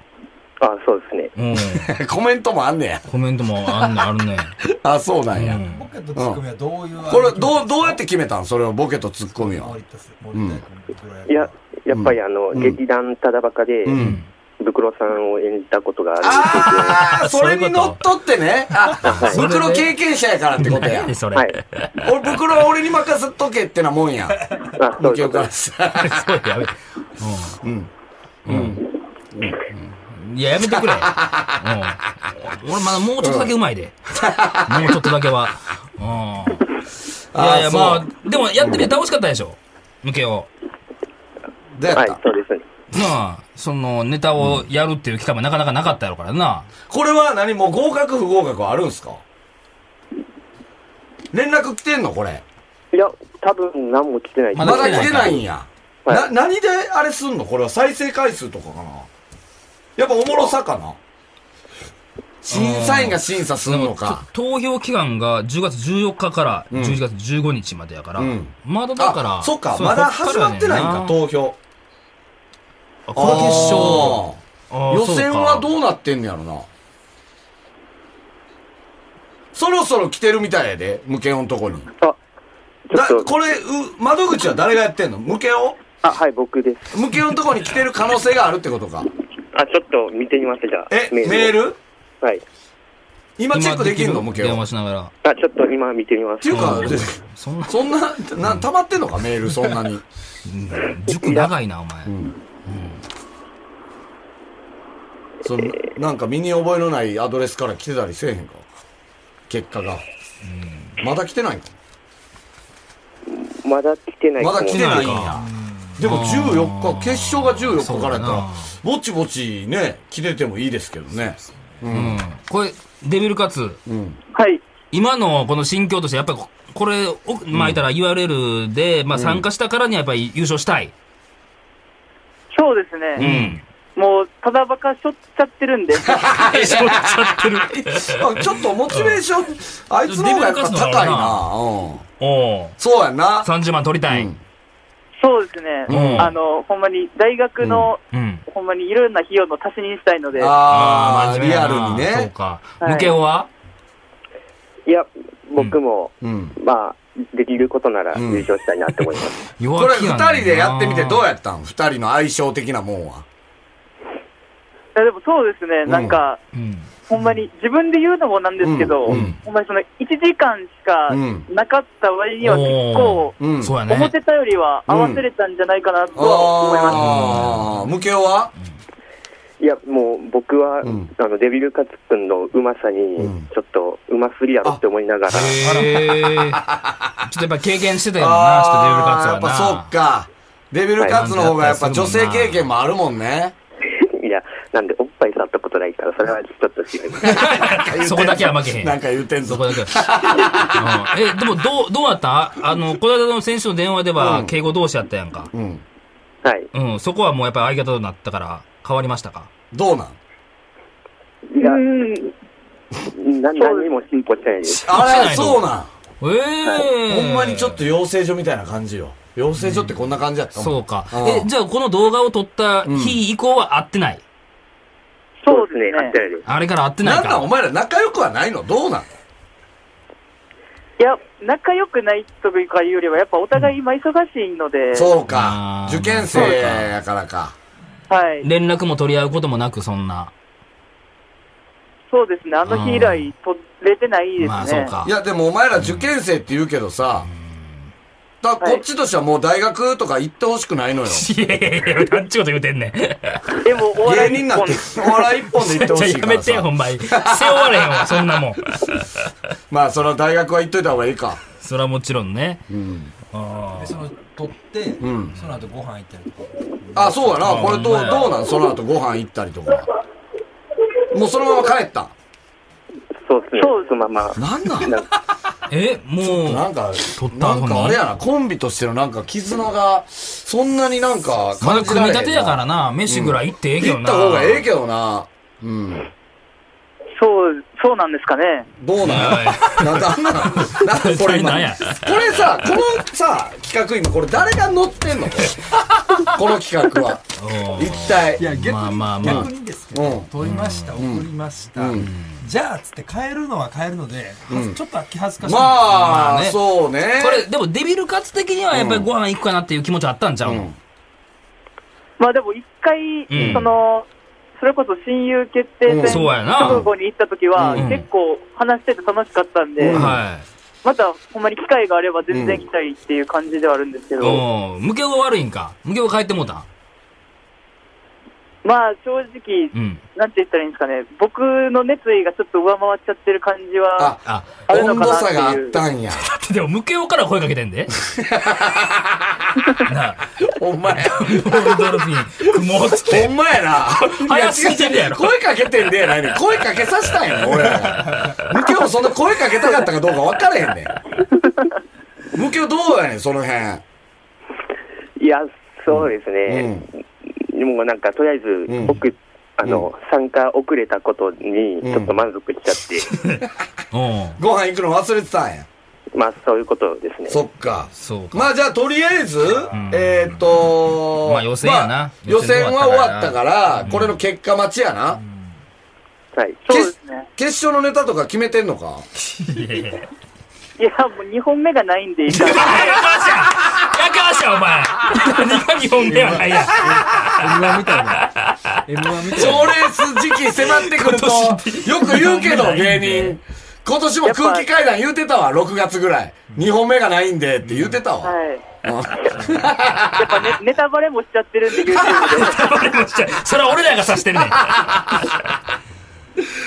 [SPEAKER 8] あ、そうですね。
[SPEAKER 2] うん。
[SPEAKER 3] ら。 コメントもあんねや。
[SPEAKER 2] コメントもあんねん、あるね。
[SPEAKER 3] あ、そうなん
[SPEAKER 2] う
[SPEAKER 3] や。
[SPEAKER 2] ん。
[SPEAKER 6] ボケとツッコミはどういうあ
[SPEAKER 3] これ、どう、どうやって決めたんそれを、ボケとツッコミは。
[SPEAKER 6] 森田さん森田君のプロ野球
[SPEAKER 8] いや、やっぱりあの、劇団ただばかで、
[SPEAKER 3] ん
[SPEAKER 8] ブクロさんを演じたことがあるんです
[SPEAKER 3] ああ、 それに乗っ取って ね。あ、
[SPEAKER 2] ういうこと
[SPEAKER 3] 袋経験者やからってことや
[SPEAKER 2] 何。それ。
[SPEAKER 8] はい
[SPEAKER 3] 俺、袋は俺に任せとけってなもんや。
[SPEAKER 8] けど、あ、そう
[SPEAKER 3] 向
[SPEAKER 8] で
[SPEAKER 3] け
[SPEAKER 8] す
[SPEAKER 3] よか
[SPEAKER 8] ね
[SPEAKER 3] ら。さ。
[SPEAKER 2] そうやめて。うん。うん。うん。いや、やめてくれ。うん。俺まだもうちょっとだけうまいで。もうちょっとだけは。うん。いやいや、
[SPEAKER 3] そう
[SPEAKER 2] まあ、でもやってみて楽しかったでしょ。向けを。
[SPEAKER 3] どうやっ
[SPEAKER 8] はい
[SPEAKER 3] た、
[SPEAKER 8] そうですね。
[SPEAKER 2] なあ、その、ネタをやるっていう機会もなかなかなかったやろからな。
[SPEAKER 3] これは何もう合格不合格はあるんすか連絡来てんのこれ。
[SPEAKER 8] いや、多分何も来てない
[SPEAKER 2] ま
[SPEAKER 3] ま
[SPEAKER 2] だ
[SPEAKER 3] だ
[SPEAKER 2] 来てない
[SPEAKER 3] 来てないんや。
[SPEAKER 8] はい
[SPEAKER 3] な、何であれすんのこれは再生回数とかかなやっぱおもろさかな審査員が審査すんのか。
[SPEAKER 2] でも。ちょ投票期間が10月14日から11月15日までやから、
[SPEAKER 3] うん
[SPEAKER 2] まだだから。
[SPEAKER 3] あそっか、
[SPEAKER 2] う
[SPEAKER 3] まだ始まってないんか、
[SPEAKER 2] こっらやね
[SPEAKER 3] 投票。
[SPEAKER 2] あこれ決勝。
[SPEAKER 3] あ
[SPEAKER 2] あ
[SPEAKER 3] ー
[SPEAKER 2] ー
[SPEAKER 3] 予選
[SPEAKER 2] そう
[SPEAKER 3] は
[SPEAKER 2] か
[SPEAKER 3] どうなってんのやろな。そろそろ来てるみたいやで、無形のとこに。
[SPEAKER 8] あ、ち
[SPEAKER 3] だ、
[SPEAKER 8] ょっと、
[SPEAKER 3] これ、う、窓口は誰がやってんの無形を
[SPEAKER 8] あ、はい、僕です。
[SPEAKER 3] 無形のとこに来てる可能性があるってことか。
[SPEAKER 8] あ、ちょっと見てみます、じゃあ。
[SPEAKER 3] え、メール
[SPEAKER 8] をはい。
[SPEAKER 3] 今チェックできるの無形。っ
[SPEAKER 2] 電話しながら。
[SPEAKER 8] あ、ちょっと今見てみま
[SPEAKER 3] て
[SPEAKER 8] す
[SPEAKER 3] い。うか、
[SPEAKER 2] うん
[SPEAKER 3] で
[SPEAKER 2] そんな、
[SPEAKER 3] そんな、な、溜まってんのか、メール、そんなに。
[SPEAKER 2] 塾長いな、お前。
[SPEAKER 3] そのなんか身に覚えのないアドレスから来てたりせえへんか。結果が。まだ来てないか。
[SPEAKER 8] まだ来てない
[SPEAKER 3] まだ来てないん
[SPEAKER 2] 来てない
[SPEAKER 3] や
[SPEAKER 2] か。
[SPEAKER 3] でも14
[SPEAKER 2] あー
[SPEAKER 3] 日、決勝が14日からやった
[SPEAKER 2] そうだ
[SPEAKER 3] ら
[SPEAKER 2] な、
[SPEAKER 3] ぼちぼちね、切れてもいいですけどね。
[SPEAKER 2] うん。これ、デビルカツ、
[SPEAKER 5] はい。
[SPEAKER 2] 今のこの心境として、やっぱりここれ、を巻いたら URL で、まあ参加したからにはやっぱり優勝したい。
[SPEAKER 5] そうです
[SPEAKER 2] う
[SPEAKER 5] ね。
[SPEAKER 2] ん。
[SPEAKER 5] もう、ただばかしょっちゃってるんで。
[SPEAKER 2] しょっちゃってる。
[SPEAKER 3] あちょっとモチベーション、あいつの方がやっぱ高いな。うん。
[SPEAKER 2] おう
[SPEAKER 3] そうやな。
[SPEAKER 2] 30万取りたい。
[SPEAKER 5] そうですね。
[SPEAKER 2] うん
[SPEAKER 5] あの、ほんまに、大学の、
[SPEAKER 2] うん。
[SPEAKER 5] ほんまにいろんな費用の足しにしたいので。
[SPEAKER 3] あ
[SPEAKER 2] ー
[SPEAKER 3] あ、
[SPEAKER 2] 真面目
[SPEAKER 3] リ
[SPEAKER 2] や
[SPEAKER 3] ア
[SPEAKER 2] な
[SPEAKER 3] ルに
[SPEAKER 2] そう
[SPEAKER 3] ね。
[SPEAKER 2] か。
[SPEAKER 5] はい
[SPEAKER 2] 向けは、
[SPEAKER 8] いや、僕も、
[SPEAKER 3] うん。
[SPEAKER 8] まあ、できることなら
[SPEAKER 3] ん
[SPEAKER 8] 優勝したいなって思います。
[SPEAKER 2] 弱
[SPEAKER 3] これ
[SPEAKER 2] 気やねんな
[SPEAKER 3] 二人でやってみてどうやったん二人の相性的なもんは。
[SPEAKER 5] いやでもそうですね。なんか、
[SPEAKER 2] うん。
[SPEAKER 5] ほんまに自分で言うのもなんですけど、
[SPEAKER 3] うんうん
[SPEAKER 5] ほんまにその1時間しか
[SPEAKER 3] うん
[SPEAKER 5] なかった割には結構、
[SPEAKER 3] うん。
[SPEAKER 2] そうやね。
[SPEAKER 5] 思ってたよりは合わせれたんじゃないかなとは思います。
[SPEAKER 3] ああ、向けは
[SPEAKER 8] いや、もう僕は、
[SPEAKER 3] うん
[SPEAKER 8] あのデビル・カツ君のうまさ
[SPEAKER 3] うん
[SPEAKER 8] に、ちょっとうますぎやろって思いながら、
[SPEAKER 2] へえ。ちょっとやっぱ経験してたよな、ちょっとデビルカ
[SPEAKER 3] あ
[SPEAKER 2] ツ
[SPEAKER 3] あ、や
[SPEAKER 2] は
[SPEAKER 3] っ
[SPEAKER 2] な。
[SPEAKER 3] ぱそうか。デビルカツの方がやっぱ女性経験もあるもんね。
[SPEAKER 8] いや、なんでおっぱい触ったことないから、それはちょっと違いま す。
[SPEAKER 2] そこだけは負けへん
[SPEAKER 3] なんか言うてん
[SPEAKER 2] そ
[SPEAKER 3] ぞ
[SPEAKER 2] こ。だけは。うんえ、でもどう、どうやったあの、この間の選手の電話で
[SPEAKER 3] う
[SPEAKER 2] は
[SPEAKER 3] ん
[SPEAKER 2] 敬語同士やったやんか。
[SPEAKER 3] うん。
[SPEAKER 8] はい。
[SPEAKER 2] うん、そこはもうやっぱり相方となったから変わりましたか
[SPEAKER 3] どうなん
[SPEAKER 8] いや、な何にも進歩してないです。
[SPEAKER 3] あれ、
[SPEAKER 2] しないの
[SPEAKER 3] そうなん。
[SPEAKER 2] ええ
[SPEAKER 3] ほんまにちょっと養成所みたいな感じよ。養成所ってこんな感じやったもん
[SPEAKER 2] そうか。
[SPEAKER 3] うん
[SPEAKER 2] え、じゃあこの動画を撮った日以降は会ってない。
[SPEAKER 8] そ
[SPEAKER 5] そうう
[SPEAKER 8] で
[SPEAKER 5] ですす
[SPEAKER 8] ね、
[SPEAKER 5] ね
[SPEAKER 8] 合ってないです。
[SPEAKER 2] あれから会ってない
[SPEAKER 3] な
[SPEAKER 2] か
[SPEAKER 3] んなんお前ら仲良くはないのどうなん
[SPEAKER 5] いや、仲良くないとかいうよりは、やっぱお互い今忙しいので、
[SPEAKER 3] そうか
[SPEAKER 2] あ。ー
[SPEAKER 3] 受験生やからか。
[SPEAKER 5] はい。
[SPEAKER 2] 連絡も取り合うこともなく、そんな。
[SPEAKER 5] そうですね。あの日以来、取れてないですね。
[SPEAKER 2] まあ、そうか
[SPEAKER 3] い。や、でもお前ら受験生って言うけどさ、だからこっちとしてはもう大学とか行ってほしくない のよ。
[SPEAKER 2] いやいやいや、なんちゅうこと言うてんねん。
[SPEAKER 5] でも、お笑
[SPEAKER 3] 芸人
[SPEAKER 5] い一
[SPEAKER 3] になっ
[SPEAKER 5] 本
[SPEAKER 3] て、お笑い一本で行ってほしい
[SPEAKER 2] や
[SPEAKER 3] か
[SPEAKER 2] め
[SPEAKER 3] ら
[SPEAKER 2] てよ、ほ
[SPEAKER 3] さ。
[SPEAKER 2] んまに。背負われへんわ、そんなもん。
[SPEAKER 3] まあ、その大学は行っといた方がいいか。
[SPEAKER 2] それはもちろんね。
[SPEAKER 3] うん。
[SPEAKER 2] あ
[SPEAKER 6] でその取って、
[SPEAKER 3] ん
[SPEAKER 6] その後ご飯行ったりとか
[SPEAKER 3] あ、そうやな。これと、
[SPEAKER 2] ほんまや
[SPEAKER 3] どうなんその後ご飯行ったりとか。もうそのまま帰った。
[SPEAKER 8] そうですね
[SPEAKER 5] そう。
[SPEAKER 8] そのまま。
[SPEAKER 3] なんなん
[SPEAKER 8] なんか
[SPEAKER 2] え、
[SPEAKER 3] な
[SPEAKER 2] も
[SPEAKER 3] んか、
[SPEAKER 2] 取った
[SPEAKER 3] な
[SPEAKER 2] 後に
[SPEAKER 3] んかあれやな、コンビとしてのなんか絆が、そんなになんか
[SPEAKER 2] う、まだ
[SPEAKER 3] 感じ
[SPEAKER 2] 組
[SPEAKER 3] られへ
[SPEAKER 2] み
[SPEAKER 3] んな、
[SPEAKER 2] 立てやからな、飯ぐらい行ってええけど
[SPEAKER 3] 行っ
[SPEAKER 2] な。
[SPEAKER 3] た方がええけどな。うん。
[SPEAKER 5] そう、そうなんですかね。
[SPEAKER 3] どうなんやなんであんなのなんでこれ今
[SPEAKER 2] それなんや
[SPEAKER 3] これさ、このさ、企画今、これ誰が乗ってん のこれこの企画は。
[SPEAKER 2] うん
[SPEAKER 3] 一体
[SPEAKER 6] い。や逆に、
[SPEAKER 2] まあまあまあ
[SPEAKER 6] 逆にですけど、
[SPEAKER 3] うん
[SPEAKER 6] 取りました、送りました、
[SPEAKER 3] うん
[SPEAKER 6] じゃあつって変えるのは変えるので、
[SPEAKER 3] うん
[SPEAKER 6] ちょっと気恥ずかしいんですけど
[SPEAKER 3] ま
[SPEAKER 2] ま
[SPEAKER 3] あ
[SPEAKER 2] あ、ね
[SPEAKER 3] そうね。
[SPEAKER 2] これ、でもデビルカツ的にはやっぱりご飯行くかなっていう気持ちあったんちゃうの、
[SPEAKER 3] うん
[SPEAKER 5] まあでも一回、
[SPEAKER 2] うん
[SPEAKER 5] その、それこそ親友決定
[SPEAKER 3] うん
[SPEAKER 5] 戦
[SPEAKER 2] そうやな
[SPEAKER 5] 直後に行った時は、
[SPEAKER 2] うん
[SPEAKER 5] 結構話してて楽しかったんで、
[SPEAKER 3] うん
[SPEAKER 2] はい。
[SPEAKER 5] またほんまに機会があれば全然行きたいっていう感じではあるんですけど、
[SPEAKER 2] うん。無形が悪いんか。無形が帰ってもうたん
[SPEAKER 5] まあ正直、
[SPEAKER 2] うん。
[SPEAKER 5] なんて言ったらいいんですかね、僕の熱意がちょっと上回っちゃってる感じは、
[SPEAKER 3] あ、
[SPEAKER 2] あ、
[SPEAKER 5] あるの
[SPEAKER 3] 温
[SPEAKER 5] か
[SPEAKER 3] 度
[SPEAKER 5] なって
[SPEAKER 3] 差
[SPEAKER 5] いう
[SPEAKER 3] があったんや。
[SPEAKER 2] だってでも無形から声かけてんで。なあ、
[SPEAKER 3] ほんまや。
[SPEAKER 2] ドルフィン、雲つって
[SPEAKER 3] ほ。んまやな。
[SPEAKER 2] 早すぎてるやろ
[SPEAKER 3] い違う違う声かけてんでやないねん声かけさせたんや、俺らが。ムケもそんな声かけたかったかどうか分からへんねん。ムケどうやねん、その辺。
[SPEAKER 8] いや、そうですね。もうなんか、とりあえず、
[SPEAKER 3] ん
[SPEAKER 8] 僕、あの、参加遅れたことに、
[SPEAKER 3] うん
[SPEAKER 8] ちょっと満足しちゃ って、
[SPEAKER 2] うん。
[SPEAKER 3] ご飯行くの忘れてたんや。
[SPEAKER 8] まあ、そういうことですね。
[SPEAKER 3] そっか。
[SPEAKER 2] そうか。
[SPEAKER 3] まあじゃあとりあえず、
[SPEAKER 2] ん
[SPEAKER 3] えーっと、
[SPEAKER 2] まあ予選やな
[SPEAKER 3] 予
[SPEAKER 2] 予
[SPEAKER 3] 選
[SPEAKER 2] 選
[SPEAKER 3] は
[SPEAKER 2] は
[SPEAKER 3] 終
[SPEAKER 2] 終
[SPEAKER 3] わっ
[SPEAKER 2] わったた
[SPEAKER 3] か、
[SPEAKER 2] から
[SPEAKER 3] これの結果待ちやな。
[SPEAKER 8] はい。
[SPEAKER 5] そうですね。
[SPEAKER 3] 決勝のネタとか決めてんのか
[SPEAKER 2] いやいやいや。や
[SPEAKER 5] いや、もう2本目がないんで、一 回
[SPEAKER 2] かましややかましや、お前。何が日本ではないや。
[SPEAKER 6] M1 みたいな M1 みたいな
[SPEAKER 3] 賞レース時期迫ってくると、よく言うけど、芸人。今年も空気階段言うてたわ、6月ぐらい。2本目がないんでって言うてたわ。
[SPEAKER 5] はい。やっぱね、ネタバレもしちゃってるんで、YouTube で。
[SPEAKER 2] それは俺らがさしてるねん。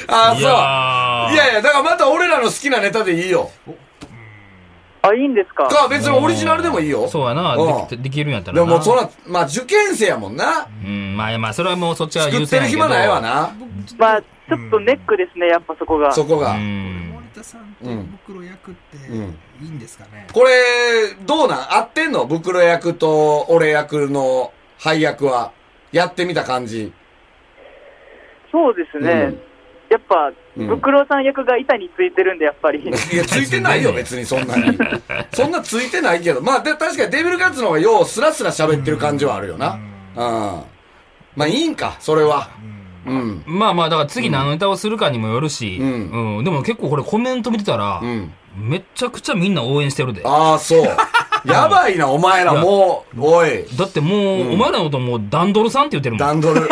[SPEAKER 3] ああ、
[SPEAKER 2] い
[SPEAKER 3] そう。
[SPEAKER 2] やー
[SPEAKER 3] いやいや、だからまた俺らの好きなネタでいいよ。
[SPEAKER 5] あ、いいんですか
[SPEAKER 3] か、別にオリジナルでもいいよ。
[SPEAKER 2] そうやな。
[SPEAKER 3] うん
[SPEAKER 2] できできるんやった
[SPEAKER 3] で
[SPEAKER 2] らな。
[SPEAKER 3] ももうそら、まあ受験生やもんな。
[SPEAKER 2] うん、まあまあ、それはもうそっちは
[SPEAKER 3] 作
[SPEAKER 2] 優
[SPEAKER 3] って
[SPEAKER 2] 先
[SPEAKER 3] る
[SPEAKER 2] やけど。
[SPEAKER 3] 暇ないわな。
[SPEAKER 5] まあ、ちょっとネックですね、やっぱそこが。
[SPEAKER 3] そこが
[SPEAKER 2] う。ん。
[SPEAKER 6] 森田さんって
[SPEAKER 3] うん
[SPEAKER 6] 袋役って
[SPEAKER 3] うん
[SPEAKER 6] いいんですかね、
[SPEAKER 3] これ、どうなん合ってんの袋役と俺役の配役は。やってみた感じ。
[SPEAKER 5] そうですね。
[SPEAKER 3] うん
[SPEAKER 5] やっぱ、
[SPEAKER 3] うん
[SPEAKER 5] ブクロさん役が板についてるんで、やっぱり。
[SPEAKER 3] いや、ついてないよ、別にそんなに。そんなついてないけど。まあ、で、確かにデビルカツの方がようスラスラ喋ってる感じはあるよな。うん。まあ、いいんか、それは。うん。
[SPEAKER 2] まあまあ、だから次何ネタをするかにもよるし、
[SPEAKER 3] う
[SPEAKER 2] うんん。でも結構これコメント見てたら
[SPEAKER 3] う、ん。
[SPEAKER 2] めちゃくちゃみんな応援してるで。だ
[SPEAKER 3] ああ、 そう。やばいな、お前ら、もう、おい、
[SPEAKER 2] ってもう、お前らのこともうダンドルさんって言ってるも
[SPEAKER 3] ダ
[SPEAKER 2] ん。
[SPEAKER 3] ンド ル。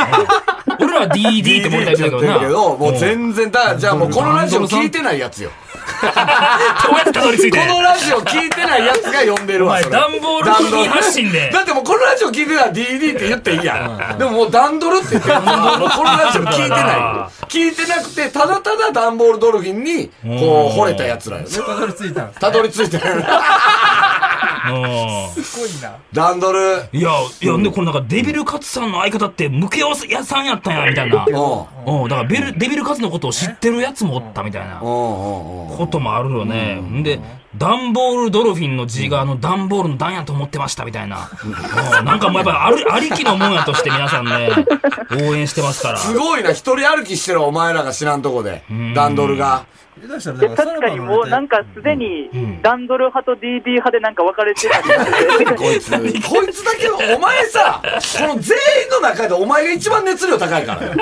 [SPEAKER 2] 俺らは DD って
[SPEAKER 3] DD
[SPEAKER 2] 言
[SPEAKER 3] っ
[SPEAKER 2] っ
[SPEAKER 3] 言っ
[SPEAKER 2] ててる
[SPEAKER 3] て
[SPEAKER 2] け
[SPEAKER 3] る
[SPEAKER 2] ど
[SPEAKER 3] け
[SPEAKER 2] な。
[SPEAKER 3] ど、もう
[SPEAKER 2] うん
[SPEAKER 3] 全然、だ、じゃあもうこのラジオ聞いてないやつよ。
[SPEAKER 2] どうやってたどり着い
[SPEAKER 3] こ
[SPEAKER 2] てん
[SPEAKER 3] のラジオ聞いてないやつが呼んでる
[SPEAKER 2] お
[SPEAKER 3] わ、
[SPEAKER 2] 前、
[SPEAKER 3] それ。
[SPEAKER 2] 段ボール
[SPEAKER 3] 段ボ
[SPEAKER 2] 組発信で。
[SPEAKER 3] だってもうこのラジオ聞いてたら DD って言っていいやん。でももう段ドルって言ってる。もうこのラジオ聞いてない。聞いてなくて、ただただ段ボールドルフィンに、こう、惚れた奴らよね。
[SPEAKER 6] たどり着いたんです
[SPEAKER 3] たどり着いてる。
[SPEAKER 2] うん
[SPEAKER 6] すごいな
[SPEAKER 3] 段ドル。うん。
[SPEAKER 2] いや、いや、で、これなんか、デビルカツさんの相方って、ムケオ屋さんやったんや、みたいな。うん、だからベル、デビルカツのことを知ってるやつもおった、みたいな
[SPEAKER 3] う。んうんうん。
[SPEAKER 2] こともあるよね。んで、ダンボールドルフィンの字があのダンボールの段やと思ってましたみたいな。うんなんかもうやっぱりあるありきのもんやとして皆さんね、応援してますから。
[SPEAKER 3] すごいな、一人歩きしてるお前らが知らんとこで
[SPEAKER 2] ん。
[SPEAKER 3] 段ドルが。
[SPEAKER 6] 下手したら
[SPEAKER 5] で
[SPEAKER 6] だから
[SPEAKER 5] 確かにもうなんかすでに
[SPEAKER 2] ん
[SPEAKER 5] ダンドル派と DD 派でなんか分かれてたり して て
[SPEAKER 3] こいつ、こいつだけ、お前さ、この全員の中でお前が一番熱量高いからよ。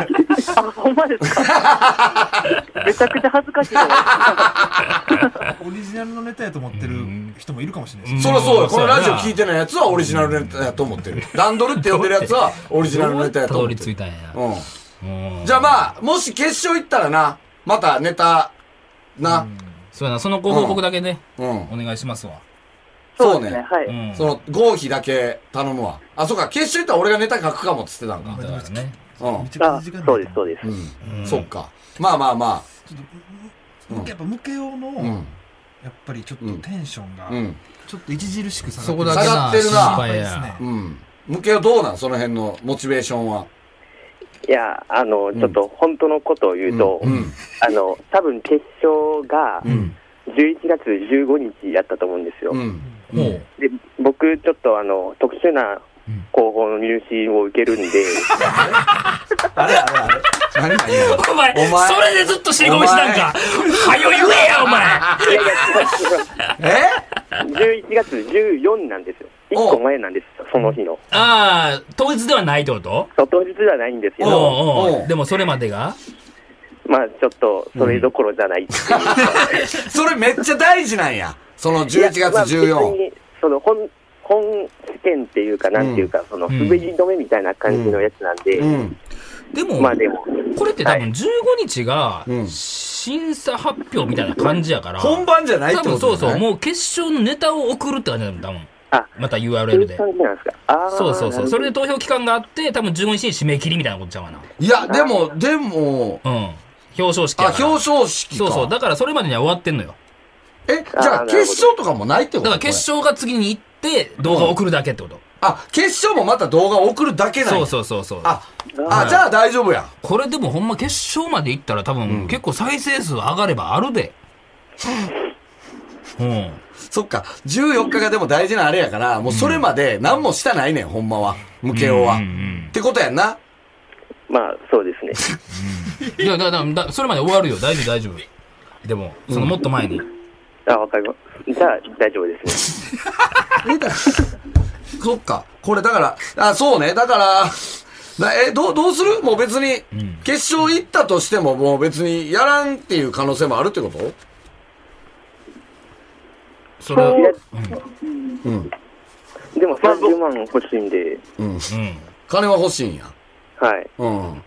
[SPEAKER 5] あほんまですかめちゃくちゃ恥ずかしい じゃないですか
[SPEAKER 6] オリジナルのネタやと思ってる人もいるかもしれないし
[SPEAKER 2] うん
[SPEAKER 3] そりゃそうよ。このラジオ
[SPEAKER 2] そうやな
[SPEAKER 3] 聞いてないやつはオリジナルネタやと思ってる。ダンドルって呼んでるやつはオリジナルネタや
[SPEAKER 2] た
[SPEAKER 3] と思
[SPEAKER 2] ど
[SPEAKER 3] っ
[SPEAKER 2] り
[SPEAKER 3] て
[SPEAKER 2] 着
[SPEAKER 3] る。
[SPEAKER 2] いたんや。
[SPEAKER 3] うん。じゃあまあ、もし決勝行ったらな、またネタ、な、
[SPEAKER 2] そうやな、そのご報告だけね、
[SPEAKER 3] うん。
[SPEAKER 2] お願いしますわ。
[SPEAKER 5] そうですね、はい。
[SPEAKER 2] うん。
[SPEAKER 3] その、合否だけ頼むわ。あ、そうか、決勝行ったら俺がネタ書くかもっつってたん
[SPEAKER 2] だ
[SPEAKER 3] か。
[SPEAKER 2] からね。
[SPEAKER 3] うん
[SPEAKER 6] め。ちゃ
[SPEAKER 5] あ
[SPEAKER 6] くちゃ時間
[SPEAKER 8] そうです、そう
[SPEAKER 6] で
[SPEAKER 8] です。
[SPEAKER 3] うん。
[SPEAKER 2] うん
[SPEAKER 3] そっか。まあまあま
[SPEAKER 6] すちょっとむやっぱムケ用の、
[SPEAKER 3] あ。うん。
[SPEAKER 6] やっぱりちょっとテンションが、
[SPEAKER 3] うん。
[SPEAKER 6] ちょっと著しく下がって
[SPEAKER 2] そこだけ
[SPEAKER 3] 下
[SPEAKER 2] な
[SPEAKER 3] がってるな
[SPEAKER 2] 心配
[SPEAKER 6] 心
[SPEAKER 2] や
[SPEAKER 6] 配です
[SPEAKER 3] う
[SPEAKER 6] ね
[SPEAKER 3] ん。向けはどうなんその辺のモチベーションは。
[SPEAKER 8] いや、あの、ちょっと本当のことを言うと、
[SPEAKER 3] うん。
[SPEAKER 8] あの、多分決勝が
[SPEAKER 3] うん。
[SPEAKER 8] 11月15日やったと思うんですよ
[SPEAKER 3] う。ん。
[SPEAKER 2] もう、
[SPEAKER 8] で、僕、ちょっとあの、特殊な広報の入試を受 けるんで、
[SPEAKER 3] あれあれあれ。何が今の
[SPEAKER 2] お前、
[SPEAKER 3] お前
[SPEAKER 2] それでずっと尻込みしたんか。はよ言えや、お 前。
[SPEAKER 8] いやいや
[SPEAKER 3] え
[SPEAKER 8] 11月14なんですよ。1個前なんですよ、その日の。
[SPEAKER 2] ああ、当日ではないってこと
[SPEAKER 8] そう当日ではないんですけ
[SPEAKER 2] おう
[SPEAKER 8] ど、
[SPEAKER 2] お
[SPEAKER 3] おう
[SPEAKER 2] うでもそれまでが
[SPEAKER 8] まあちょっと、それどころじゃないっていう
[SPEAKER 3] それめっちゃ大事なんや。その11月
[SPEAKER 8] いやまあ
[SPEAKER 3] 14
[SPEAKER 8] 別。にその本本試験っていうか、なんていうか、その
[SPEAKER 2] ん
[SPEAKER 8] 滑り止めみたいな感じのやつなんで、
[SPEAKER 3] うん。
[SPEAKER 2] でも、
[SPEAKER 8] まあでも、
[SPEAKER 2] これって多分15日が
[SPEAKER 3] うん
[SPEAKER 2] 審査発表みたいな感じやから、
[SPEAKER 3] 本番じゃないって
[SPEAKER 2] 多
[SPEAKER 3] こ
[SPEAKER 2] 分そ
[SPEAKER 3] と
[SPEAKER 2] うそう、
[SPEAKER 3] だね
[SPEAKER 2] もう決勝のネタを送るって感じだもん、多分。
[SPEAKER 8] あ
[SPEAKER 2] また
[SPEAKER 8] そうい
[SPEAKER 2] URL
[SPEAKER 8] う
[SPEAKER 2] で。
[SPEAKER 8] 感じなんですか。ああ、
[SPEAKER 2] そうそうそう。それで
[SPEAKER 8] と。
[SPEAKER 2] 投票期間があって、多分15日に締め切りみたいなことちゃうかな。
[SPEAKER 3] いや、でも、でも、
[SPEAKER 2] うん。表彰式
[SPEAKER 3] あ、
[SPEAKER 2] やか
[SPEAKER 3] 表
[SPEAKER 2] ら。
[SPEAKER 3] 彰式か。
[SPEAKER 2] そうそう。だからそれまでには終わってんのよ。
[SPEAKER 3] え、じゃあ
[SPEAKER 8] あーなるほど
[SPEAKER 3] 決勝とかもないってこ
[SPEAKER 2] だか
[SPEAKER 3] と
[SPEAKER 2] ら決勝が次に行って、動画を送るだけってこと。
[SPEAKER 3] これあ、決勝もまた動画送るだけなん
[SPEAKER 2] そ
[SPEAKER 3] や
[SPEAKER 2] うそうそうそう。
[SPEAKER 3] あ、
[SPEAKER 8] は
[SPEAKER 3] あ、
[SPEAKER 8] い
[SPEAKER 3] じゃあ大丈夫や。
[SPEAKER 2] これでもほんま決勝まで行ったら多分、結構再生数上がればあるで。うん。
[SPEAKER 3] そっか。14日がでも大事なあれやから、もうそれまで何もしたないねん、ほんまは。無形は。
[SPEAKER 2] うんうん
[SPEAKER 3] ってことやんな。
[SPEAKER 8] まあ、そうですね。
[SPEAKER 2] いや、だ、だ、だ、それまで終わるよ。大丈夫、大丈夫。でも、そのもっと前に。
[SPEAKER 8] あわかります。じゃあ、大丈夫ですね。
[SPEAKER 3] そっか。これだから、あ、そうね。だから、だえ、どう、どうするもう別に、決勝行ったとしても、もう別にやらんっていう可能性もあるってこと
[SPEAKER 2] それは、
[SPEAKER 8] いや
[SPEAKER 3] うん。
[SPEAKER 8] でも30万欲しいんで、
[SPEAKER 3] うん。
[SPEAKER 2] うん。
[SPEAKER 3] 金は欲しいんや。
[SPEAKER 8] はい。
[SPEAKER 3] うん。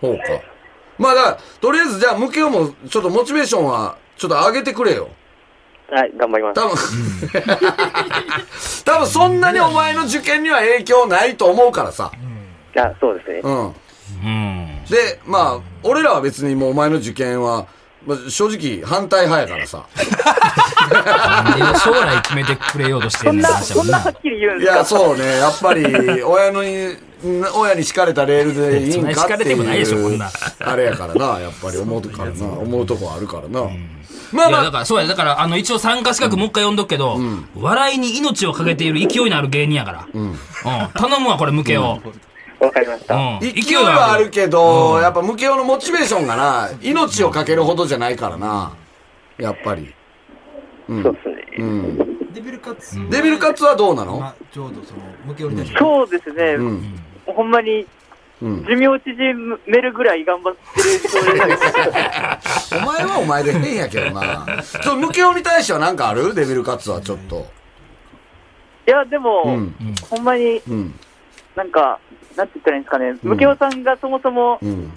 [SPEAKER 3] そうか。まあだから、とりあえずじゃあ、向けようも、ちょっとモチベーションは、ちょっと上げてくれよ。
[SPEAKER 8] はい、頑張ります。
[SPEAKER 3] 多分、 多分そんなにお前の受験には影響ないと思うからさ。
[SPEAKER 8] あそうですね。
[SPEAKER 3] うん。
[SPEAKER 2] うん。
[SPEAKER 3] で、まあ、俺らは別にもうお前の受験は、まあ、正直反対派やからさ。
[SPEAKER 2] なんで将来決めてくれようとして
[SPEAKER 5] そ
[SPEAKER 2] んね
[SPEAKER 5] ん
[SPEAKER 2] ん
[SPEAKER 5] な、
[SPEAKER 2] 話や
[SPEAKER 5] そ
[SPEAKER 2] も
[SPEAKER 5] ん
[SPEAKER 2] ん
[SPEAKER 5] な
[SPEAKER 2] な
[SPEAKER 5] はっ。きり言うん
[SPEAKER 3] い
[SPEAKER 5] ですか
[SPEAKER 3] や、そうね。やっぱり、親のに、ん親に敷かれたレールでいいんかって
[SPEAKER 2] そんな敷かれてもない
[SPEAKER 3] い
[SPEAKER 2] でしょこん
[SPEAKER 3] う
[SPEAKER 2] な、
[SPEAKER 3] あれやからな、やっぱり思うとからな、思うとこあるからな。
[SPEAKER 2] い
[SPEAKER 3] まあ
[SPEAKER 2] や、
[SPEAKER 3] ま
[SPEAKER 2] だ
[SPEAKER 3] あ、
[SPEAKER 2] から、そうや、だから、あの、一応参加資格もう一回読んどくけど、笑いに命をかけている勢いのある芸人やから。うん。頼むわ、これ、向けを。
[SPEAKER 8] わかりまし
[SPEAKER 2] う
[SPEAKER 8] た。
[SPEAKER 2] ん。
[SPEAKER 3] 勢いはあるけど、
[SPEAKER 2] うん
[SPEAKER 3] やっぱ、無形のモチベーションがな、命をかけるほどじゃないからな、やっぱり。うん
[SPEAKER 8] そうですね。
[SPEAKER 3] うん。
[SPEAKER 6] デビルカツ、
[SPEAKER 3] デビルカツはどうなの
[SPEAKER 6] 今ちょうどそのムケ用に対して
[SPEAKER 5] そうですね、
[SPEAKER 3] うん。
[SPEAKER 5] ほんまに
[SPEAKER 3] うん。
[SPEAKER 5] 寿命縮めるぐらい頑張ってるそういう
[SPEAKER 3] お前はお前で変やけどな。そう、無形に対してはなんかあるデビルカツはちょっと。
[SPEAKER 5] いや、でも、
[SPEAKER 3] うん。
[SPEAKER 5] ほんまに
[SPEAKER 3] うん。
[SPEAKER 5] なんか、なんて言ったらいいんですかね、ムケオさんがそもそも
[SPEAKER 3] うん。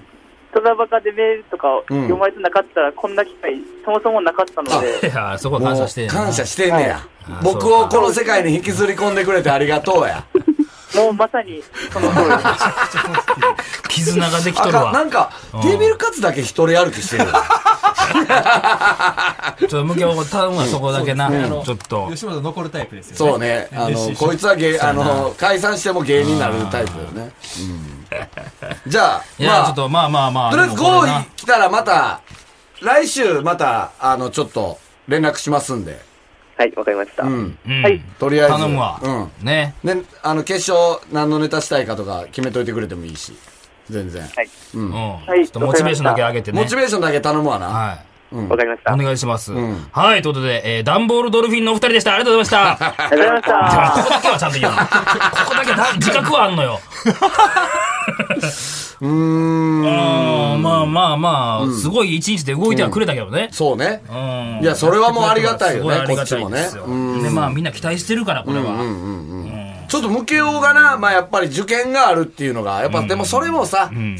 [SPEAKER 5] ただバカでメールとか読まれてなかったら、こんな機会、そもそもなかったので、
[SPEAKER 2] いや、そこ
[SPEAKER 3] も
[SPEAKER 2] 感
[SPEAKER 3] う
[SPEAKER 2] 謝してんねんな
[SPEAKER 3] 感謝してんねや
[SPEAKER 2] あ。あ
[SPEAKER 3] 僕
[SPEAKER 2] そう
[SPEAKER 3] を
[SPEAKER 2] か
[SPEAKER 3] この世界に引きずり込んでくれてありがとうや。
[SPEAKER 5] もうまさにその通りです。
[SPEAKER 2] 絆ができと
[SPEAKER 3] あ
[SPEAKER 2] る
[SPEAKER 3] かん、
[SPEAKER 2] わ。
[SPEAKER 3] なんか、デビルカツだけ一人歩きしてる。
[SPEAKER 2] ちょっと向けを頼むわ、そこだけな。ちょっと。
[SPEAKER 6] 吉村さん残るタイプです
[SPEAKER 3] そ
[SPEAKER 6] よね。
[SPEAKER 3] うね。あ
[SPEAKER 6] 嬉し
[SPEAKER 3] の、
[SPEAKER 6] い
[SPEAKER 3] こいつは芸、あの、解散しても芸人になるタイプだよね。うんじゃあ、
[SPEAKER 2] いや、ちょっと、まあまあまあ。
[SPEAKER 3] とりあえず
[SPEAKER 2] でもこ
[SPEAKER 3] 5
[SPEAKER 2] れな
[SPEAKER 3] 位来たらまた、来週また、あの、ちょっと連絡しますんで。
[SPEAKER 8] はい、わかりました。
[SPEAKER 3] うん。
[SPEAKER 2] うん
[SPEAKER 5] はい
[SPEAKER 3] とりあえず。
[SPEAKER 2] 頼むわ。
[SPEAKER 3] う
[SPEAKER 2] ね。
[SPEAKER 3] ん。ね、あの、決勝何のネタしたいかとか決めといてくれてもいいし。全然。
[SPEAKER 2] うん。ち
[SPEAKER 5] い
[SPEAKER 2] ょっとモチベーションだけ上げてね。
[SPEAKER 3] モチベーションだけ頼むわな。
[SPEAKER 2] はい。
[SPEAKER 8] わかりました。
[SPEAKER 2] お
[SPEAKER 8] あり
[SPEAKER 2] 願いします。
[SPEAKER 3] ん
[SPEAKER 2] はい、ということで、えー、ダンボールドルフィンのお二人でした。ありがとうございました。
[SPEAKER 8] がとうございました。
[SPEAKER 2] ここだけはちゃんと言うの。ここだけだ自覚はあんのよ。
[SPEAKER 3] うーん。
[SPEAKER 2] うん、まあまあまあ、すごい一日で動いてはくれたけどね。
[SPEAKER 3] そうね。
[SPEAKER 2] うん。
[SPEAKER 3] いや、それはもうありがたいよ
[SPEAKER 2] すご
[SPEAKER 3] ね
[SPEAKER 2] あ、り
[SPEAKER 3] こっ
[SPEAKER 2] が
[SPEAKER 3] ち
[SPEAKER 2] たい
[SPEAKER 3] も
[SPEAKER 2] で
[SPEAKER 3] ね
[SPEAKER 2] す。よ
[SPEAKER 3] うん
[SPEAKER 2] で、まあみんな期待してるから、これは。
[SPEAKER 3] ちょっと向けようがな、まあやっぱり受験があるっていうのが、やっぱでもそれもさ、青春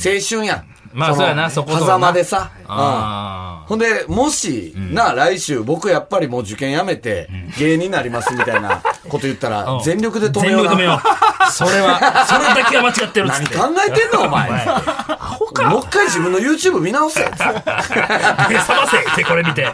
[SPEAKER 3] やん。
[SPEAKER 2] まあ
[SPEAKER 3] の
[SPEAKER 2] そうやなそことのな
[SPEAKER 3] 狭間でさ。うん
[SPEAKER 2] あ
[SPEAKER 3] ほんで、もし、な、来週、僕やっぱりもう受験やめて、芸人になりますみたい なこと言った
[SPEAKER 2] あ。う
[SPEAKER 3] ら
[SPEAKER 2] ん、
[SPEAKER 3] 全力で止めような。
[SPEAKER 2] 全力止めよ う。それは、それだけは間違ってるっつ
[SPEAKER 3] 何
[SPEAKER 2] って。
[SPEAKER 3] 考えてんの、お前。もう一回自分の YouTube 見直 せ。
[SPEAKER 2] 目覚ませってこれ見て。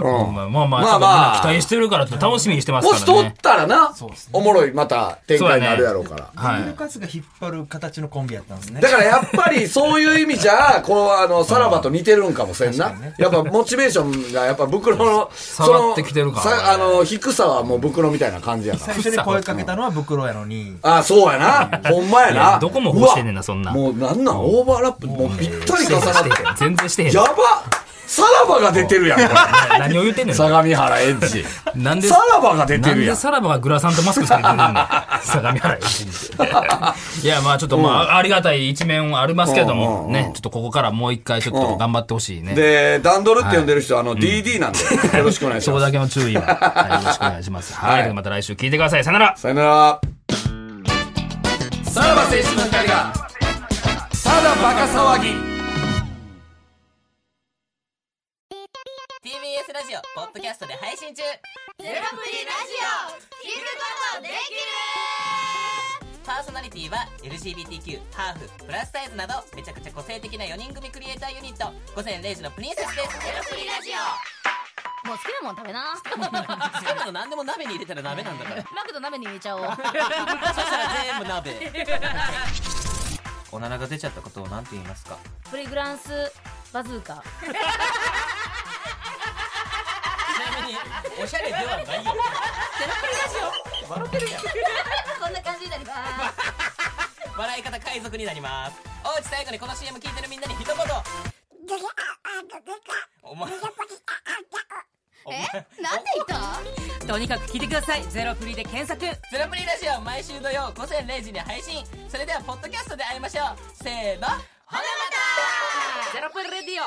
[SPEAKER 2] ほんままあまあ、
[SPEAKER 3] まあまあ
[SPEAKER 2] ちょっとみんな期待してるからって楽しみにしてます
[SPEAKER 3] も
[SPEAKER 2] か
[SPEAKER 3] し取
[SPEAKER 2] ら
[SPEAKER 3] っ
[SPEAKER 2] ね。
[SPEAKER 3] たらな、おもろい、また展開になるやろうから。
[SPEAKER 2] は
[SPEAKER 6] デビル
[SPEAKER 2] い。
[SPEAKER 6] カツが引っ張る形のコンビやったんですね
[SPEAKER 3] だ。からやっぱりそういう意味じゃ、 こう、あの、さらばと似てるんかもしれんな。やっぱモチベーションが、やっぱ袋の、そ
[SPEAKER 2] 下が
[SPEAKER 3] の、
[SPEAKER 2] ってきてるから
[SPEAKER 3] さあの、低さはもう袋みたいな感じ やか
[SPEAKER 6] 最
[SPEAKER 3] ら。
[SPEAKER 6] 初に声かけたのは袋やのに。
[SPEAKER 3] あ、そうやな。ほんまや
[SPEAKER 2] いや
[SPEAKER 3] な。
[SPEAKER 2] どこも欲してんねんな
[SPEAKER 3] うわ
[SPEAKER 2] そんなん
[SPEAKER 3] もうなんなん、オーバーラップ、もうぴったり重なって。
[SPEAKER 2] 全然してへん。
[SPEAKER 3] やばさらばが出てる やん、これ
[SPEAKER 2] 何を言ってんねん。
[SPEAKER 3] 相模原エッジ。
[SPEAKER 2] なんで
[SPEAKER 3] さらばが出
[SPEAKER 2] な
[SPEAKER 3] て
[SPEAKER 2] ん
[SPEAKER 3] る
[SPEAKER 2] で
[SPEAKER 3] やん。
[SPEAKER 2] さらばがグラサンとマスクしてく れるんだ相模原一日いや、まあちょっとまあ、ありがたい一面はありますけ
[SPEAKER 3] うん
[SPEAKER 2] ど
[SPEAKER 3] うん
[SPEAKER 2] も、
[SPEAKER 3] うん
[SPEAKER 2] ね、ちょっとここからもう一回ちょっと頑張ってほしいね。
[SPEAKER 3] で、ダンドルって呼んでる人、あの、DD なんで、よろし くお願いし
[SPEAKER 2] そこ
[SPEAKER 3] ま
[SPEAKER 2] だ
[SPEAKER 3] す。
[SPEAKER 2] けの注意は、はいよろしくお願いします。はい。
[SPEAKER 3] はい
[SPEAKER 2] また来週聞いてください。さよなら
[SPEAKER 3] さよなら。さらば青春の光が、ただバカ騒ぎ。
[SPEAKER 9] TBS ラジオポッドキャストで配信中
[SPEAKER 10] ゼロプリラジオ聞くことできる
[SPEAKER 9] パーソナリティは LGBTQ ハーフプラスサイズなどめちゃくちゃ個性的な4人組クリエイターユニット午前0時のプリンセス
[SPEAKER 10] ゼ
[SPEAKER 9] です
[SPEAKER 10] ロプリラジオもう好きなもん食べな
[SPEAKER 9] 好きなの何でも鍋に入れたら鍋なんだから
[SPEAKER 10] マクド鍋に入れちゃおう
[SPEAKER 9] そしたら全部鍋おならが出ちゃったことを何て言いますか
[SPEAKER 10] プリグランスバズーカ
[SPEAKER 9] ちなみにおしゃれではないよゼロプリラジオ笑ってるやん
[SPEAKER 10] こんな感じになります
[SPEAKER 9] 笑い方海賊になりますおうち最後にこの CM 聞いてるみんなに一言お前お前
[SPEAKER 10] えなんで言ったとにかく聞いてくださいゼロプリで検索
[SPEAKER 9] ゼロプリラジオ毎週土曜午前0時に配信それではポッドキャストで会いましょうせーのほなまた
[SPEAKER 10] ゼロプリレディオ